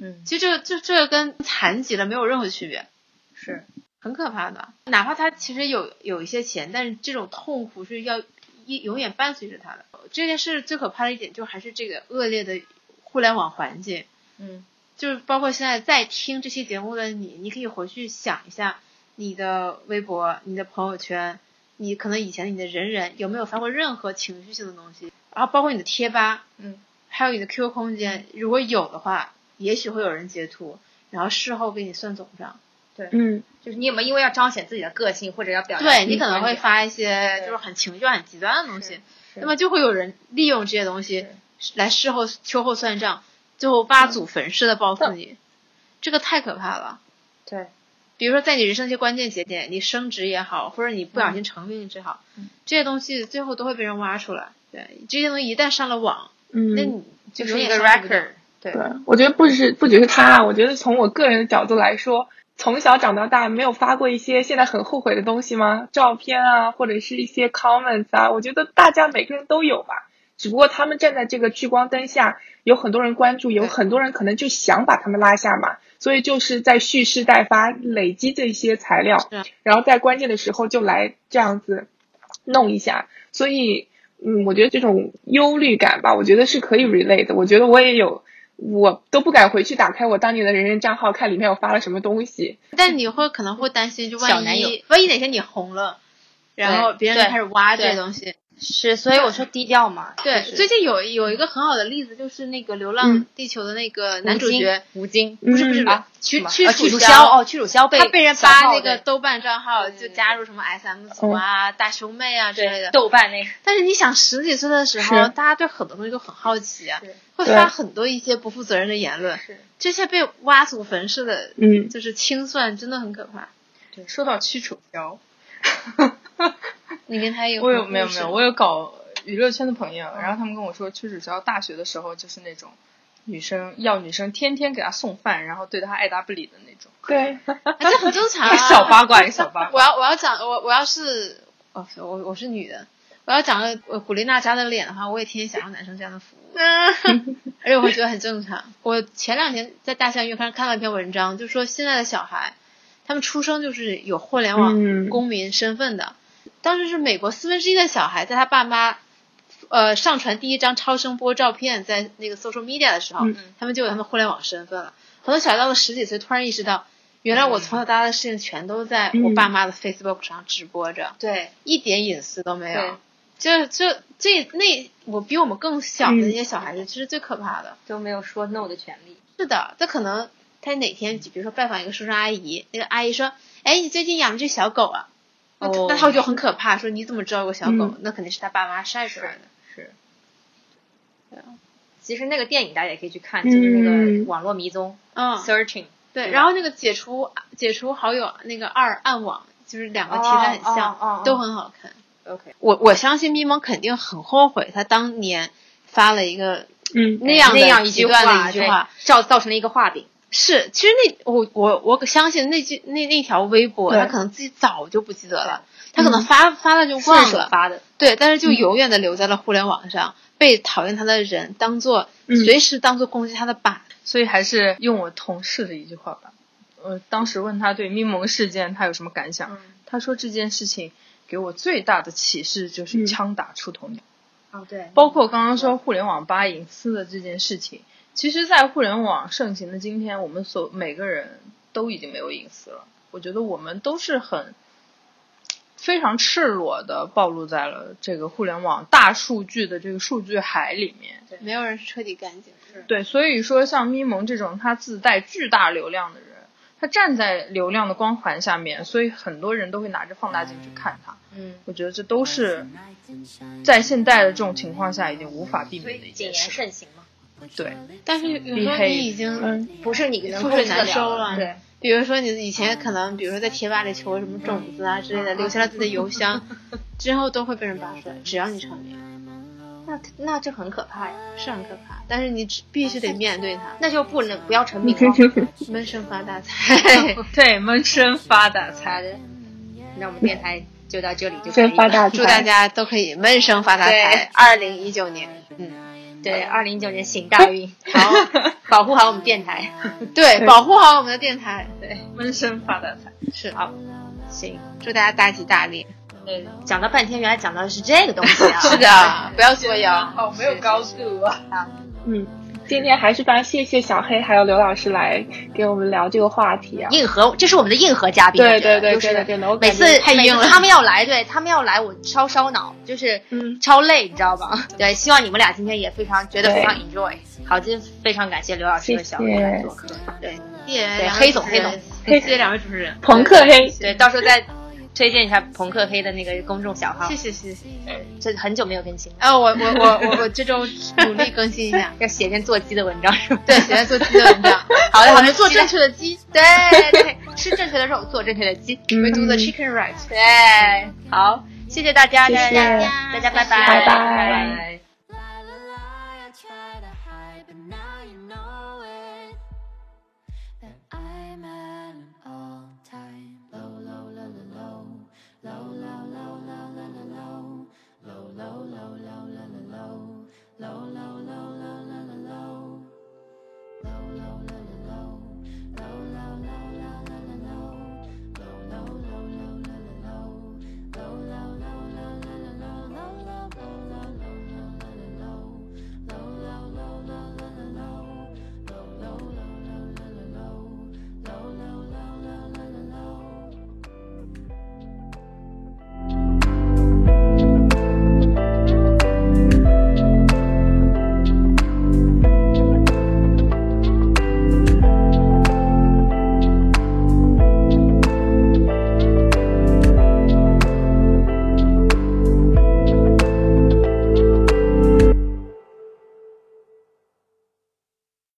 Speaker 1: 嗯，
Speaker 3: 其实这个这这个跟残疾了没有任何区别。
Speaker 1: 是
Speaker 3: 很可怕的。哪怕他其实有有一些钱，但是这种痛苦是要一永远伴随着他的。这件事最可怕的一点，就还是这个恶劣的互联网环境。
Speaker 1: 嗯，
Speaker 3: 就是包括现在在听这期节目的你，你可以回去想一下你的微博、你的朋友圈，你可能以前你的人人有没有发过任何情绪性的东西，然后包括你的贴吧，
Speaker 4: 嗯，
Speaker 3: 还有你的 QQ 空间，如果有的话，也许会有人截图，然后事后给你算总账。
Speaker 2: 嗯，
Speaker 1: 就是你有没有因为要彰显自己的个性，或者要表达
Speaker 3: 对
Speaker 1: 自己
Speaker 3: 你可能
Speaker 1: 观
Speaker 3: 会
Speaker 1: 点
Speaker 3: 发一
Speaker 1: 对
Speaker 3: 些就是很情绪化、很极端的东西，
Speaker 1: 是
Speaker 3: 那么就会有人利用这些东西来事后秋后算账，最后
Speaker 1: 嗯
Speaker 3: 挖祖坟似的报复你，这个太可怕了。
Speaker 1: 对，
Speaker 3: 比如说在你人生一些关键节点，你升职也好，或者你不小
Speaker 1: 嗯
Speaker 3: 心成名也好，这些东西最后都会被人挖出来。对，这些东西一旦上了网，
Speaker 2: 嗯，
Speaker 3: 那你就
Speaker 1: 就是一
Speaker 3: 永
Speaker 1: 个
Speaker 3: 远删不掉
Speaker 1: record。对
Speaker 2: 对，我觉得不只是不只是他，啊我觉得从我个人的角度来说，从小长到大没有发过一些现在很后悔的东西吗？照片啊，或者是一些 comments 啊，我觉得大家每个人都有吧。只不过他们站在这个聚光灯下，有很多人关注，有
Speaker 3: 对
Speaker 2: 很多人可能就想把他们拉下马，所以就是在蓄势待发，累积这些材料
Speaker 3: 是，啊
Speaker 2: 然后在关键的时候就来这样子弄一下。所以，嗯，我觉得这种忧虑感吧，我觉得是可以 relate 的。我觉得我也有，我都不敢回去打开我当年的人人账号，看里面我发了什么东西。
Speaker 3: 但你会可能会担心，就
Speaker 1: 小
Speaker 3: 万
Speaker 1: 男友
Speaker 3: 一万一哪天你红了，然后别人
Speaker 1: 对
Speaker 3: 就开始挖这些
Speaker 1: 对
Speaker 3: 东西，
Speaker 1: 是，所以我说低调嘛。
Speaker 3: 对，
Speaker 1: 就是嗯
Speaker 3: 最近有有一个很好的例子，就是那个《流浪地球》的那个男主角，
Speaker 1: 吴京，
Speaker 2: 不
Speaker 3: 不是不是
Speaker 2: 嗯
Speaker 3: 不是
Speaker 1: 啊，
Speaker 3: 屈
Speaker 1: 什么
Speaker 3: 屈
Speaker 1: 呃楚
Speaker 3: 楚
Speaker 1: 哦，屈楚萧被
Speaker 3: 他被人
Speaker 1: 小
Speaker 3: 扒
Speaker 1: 号
Speaker 3: 那个
Speaker 1: 对
Speaker 3: 豆瓣账号，
Speaker 1: 对嗯
Speaker 3: 就加入什么 SM 组啊、大胸妹啊之类
Speaker 1: 对
Speaker 3: 的。
Speaker 1: 豆瓣那个，
Speaker 3: 但是你想，十几岁的时候，
Speaker 2: 是
Speaker 3: 大家对很多东西都很好奇啊
Speaker 1: 对，
Speaker 3: 会发很多一些不负责任的言论
Speaker 1: 是，
Speaker 3: 这些被挖祖坟似的，
Speaker 2: 嗯，
Speaker 3: 就是清算，真的很可怕。
Speaker 4: 说到屈楚萧，
Speaker 3: 你跟他有
Speaker 4: 我有
Speaker 3: 故
Speaker 4: 没有没
Speaker 3: 事
Speaker 4: 有，我有搞娱乐圈的朋友，
Speaker 1: 嗯
Speaker 4: 然后他们跟我说，屈楚萧大学的时候就是那种女生要女生天天给他送饭，然后对他爱答不理的那种，。
Speaker 2: 对，
Speaker 3: 啊这很正常 啊
Speaker 4: 小八卦，一个小八
Speaker 3: 我
Speaker 4: 卦。
Speaker 3: 要我要讲我我要是哦我我是女的，我要长个呃古力娜扎的脸的话，我也天天想要男生这样的服 务，而且我会觉得很正常。我前两天在大象月刊看了一篇文章，就说现在的小孩，他们出生就是有互联网
Speaker 2: 嗯
Speaker 3: 公民身份的。当时是美国四分之一的小孩在他爸妈。呃，上传第一张超声波照片在那个 social media 的时候，
Speaker 2: 嗯
Speaker 3: 他们就有他们互联网身份了。很多小孩到了十几岁，突然意识到，原来
Speaker 1: 嗯
Speaker 3: 我从小到大的事情全都在我爸妈的 Facebook 上直播着，
Speaker 1: 对
Speaker 3: 一点隐私都没
Speaker 1: 对
Speaker 3: 有。这这这那我比我们更小的
Speaker 1: 嗯
Speaker 3: 那些小孩子，这是最可怕的。
Speaker 1: 都没有说 no 的权利。
Speaker 3: 是的，这可能他哪天，比如说拜访一个叔叔阿姨，那个阿姨说：“哎，你最近养了只小狗啊？”那他
Speaker 1: 哦
Speaker 3: 那他就很可怕，说你怎么知道有个小狗
Speaker 2: 嗯？
Speaker 3: 那肯定是他爸妈晒出来的。
Speaker 1: 其实那个电影大家也可以去看，就是那个
Speaker 2: 嗯
Speaker 1: 《网络迷踪
Speaker 3: 嗯，》
Speaker 1: （Searching）。
Speaker 3: 对，
Speaker 1: 吧
Speaker 3: 然后那个解除解除好友那个二暗网，就是两个题材很像，
Speaker 1: 哦哦哦哦
Speaker 3: 都很好看。
Speaker 1: OK，
Speaker 3: 我我相信咪蒙肯定很后悔，他当年发了一个
Speaker 2: 嗯，
Speaker 3: 那样的
Speaker 1: 那样一
Speaker 3: 极
Speaker 1: 句
Speaker 3: 端
Speaker 1: 话，
Speaker 3: 的一句话。
Speaker 1: 对，造造成了一个画饼。
Speaker 3: 是，其实那我我我相信那句那那条微博，
Speaker 2: 对
Speaker 3: 他可能自己早就不记得了，他可能发、发了就
Speaker 1: 嗯顺
Speaker 3: 忘
Speaker 1: 手
Speaker 3: 了，
Speaker 1: 发嗯的，
Speaker 3: 对，但是就永远的留在了互联网上，被讨厌他的人当做、
Speaker 2: 嗯
Speaker 3: 随时当做攻击他的靶。
Speaker 4: 所以还是用我同事的一句话吧。呃，当时问他对咪蒙事件他有什么感想，
Speaker 1: 嗯
Speaker 4: 他说这件事情给我最大的启示就是
Speaker 2: 嗯
Speaker 4: 枪打出头鸟。
Speaker 1: 哦对，
Speaker 4: 包括刚刚说互联网扒隐私的这件事情，其实，在互联网盛行的今天，我们所每个人都已经没有隐私了。我觉得我们都是很非常赤裸的暴露在了这个互联网大数据的这个数据海里面。
Speaker 3: 没有人是彻底干净的。
Speaker 4: 对，所以说像咪蒙这种他自带巨大流量的人，他他站在流量的光环下面，所以很多人都会拿着放大镜去看他。
Speaker 1: 嗯，
Speaker 4: 我觉得这都是在现代的这种情况下已经无法避
Speaker 1: 所
Speaker 4: 免的
Speaker 1: 以
Speaker 4: 一
Speaker 1: 谨
Speaker 4: 件
Speaker 1: 言
Speaker 4: 事。
Speaker 1: 慎行嘛，
Speaker 4: 对，
Speaker 3: 但是有时候你已经
Speaker 2: 嗯，
Speaker 1: 不是你能
Speaker 3: 覆
Speaker 1: 控
Speaker 3: 水
Speaker 1: 制得
Speaker 3: 难收
Speaker 1: 了。
Speaker 3: 了。
Speaker 4: 对，
Speaker 3: 比如说你以前可能，比如说在贴吧里求过什么种子啊之类的，留下了自己的邮 箱，之后都会被人扒出来，只要你成年，
Speaker 1: 那那这很可怕呀，
Speaker 3: 是很可怕。但是你只必须得面对它，
Speaker 1: 那就不能不要成名了。
Speaker 3: 闷声发大 财。
Speaker 4: 对，闷声发大财。
Speaker 1: 那我们电台就到这里就可以
Speaker 2: 先发
Speaker 1: 了。
Speaker 2: 大财，
Speaker 3: 祝大家都可以闷声发大财
Speaker 1: 对。
Speaker 3: 二零一九年，嗯，
Speaker 1: 对，二零一九年行大运， 好，保护好我们电 台。
Speaker 3: 对，保护好我们的电台，
Speaker 4: 对，闷声发大财。
Speaker 3: 是
Speaker 1: 好，行。
Speaker 3: 祝大家大吉大利。
Speaker 1: 嗯，讲到半天，原来讲到的是这个东西啊。
Speaker 3: 是 的，不要作妖。
Speaker 4: 哦，没有高度啊。
Speaker 2: 嗯，今天还是非常谢谢小黑还有刘老师来给我们聊这个话题啊。
Speaker 1: 硬核，这是我们的硬核嘉宾。
Speaker 2: 对
Speaker 1: 我觉得
Speaker 2: 对对，
Speaker 1: 就
Speaker 2: 真的
Speaker 1: 是
Speaker 2: 真的，我
Speaker 1: 每
Speaker 2: 感觉
Speaker 1: 次
Speaker 3: 太硬了
Speaker 1: 每次他们要来，对他们要来，我超烧脑，就是
Speaker 2: 嗯
Speaker 1: 超累，你知道吧？ 对，希望你们俩今天也非常觉得非常
Speaker 2: 对
Speaker 1: enjoy。好，今天非常感谢刘老师和小
Speaker 2: 谢
Speaker 1: 薇
Speaker 2: 谢
Speaker 1: 来做客。对
Speaker 3: 谢谢
Speaker 1: 对
Speaker 3: 两位
Speaker 1: 黑总
Speaker 3: 主持人
Speaker 1: 黑
Speaker 3: 谢谢两位主持人，
Speaker 2: 朋克黑，
Speaker 1: 对，到时候再推荐一下朋克黑的那个公众小号
Speaker 3: 谢。谢谢谢。
Speaker 1: 这很久没有更新了，
Speaker 3: 啊，我我我我我这周努力更新
Speaker 1: ，
Speaker 3: 一下
Speaker 1: 要写篇做鸡的文章是吧？
Speaker 3: 对，写在做鸡的文章。
Speaker 1: 好嘞，好
Speaker 3: 我们
Speaker 1: 嘞，
Speaker 3: 做
Speaker 1: 期待
Speaker 3: 正确的鸡
Speaker 1: 对对，吃正确的肉，做正确的鸡。
Speaker 3: ，We
Speaker 2: 嗯
Speaker 3: do the chicken right。
Speaker 1: 对，好，谢谢大家，
Speaker 2: 谢
Speaker 1: 大
Speaker 2: 谢
Speaker 1: 家，大家拜拜，
Speaker 2: 拜拜
Speaker 1: 拜拜。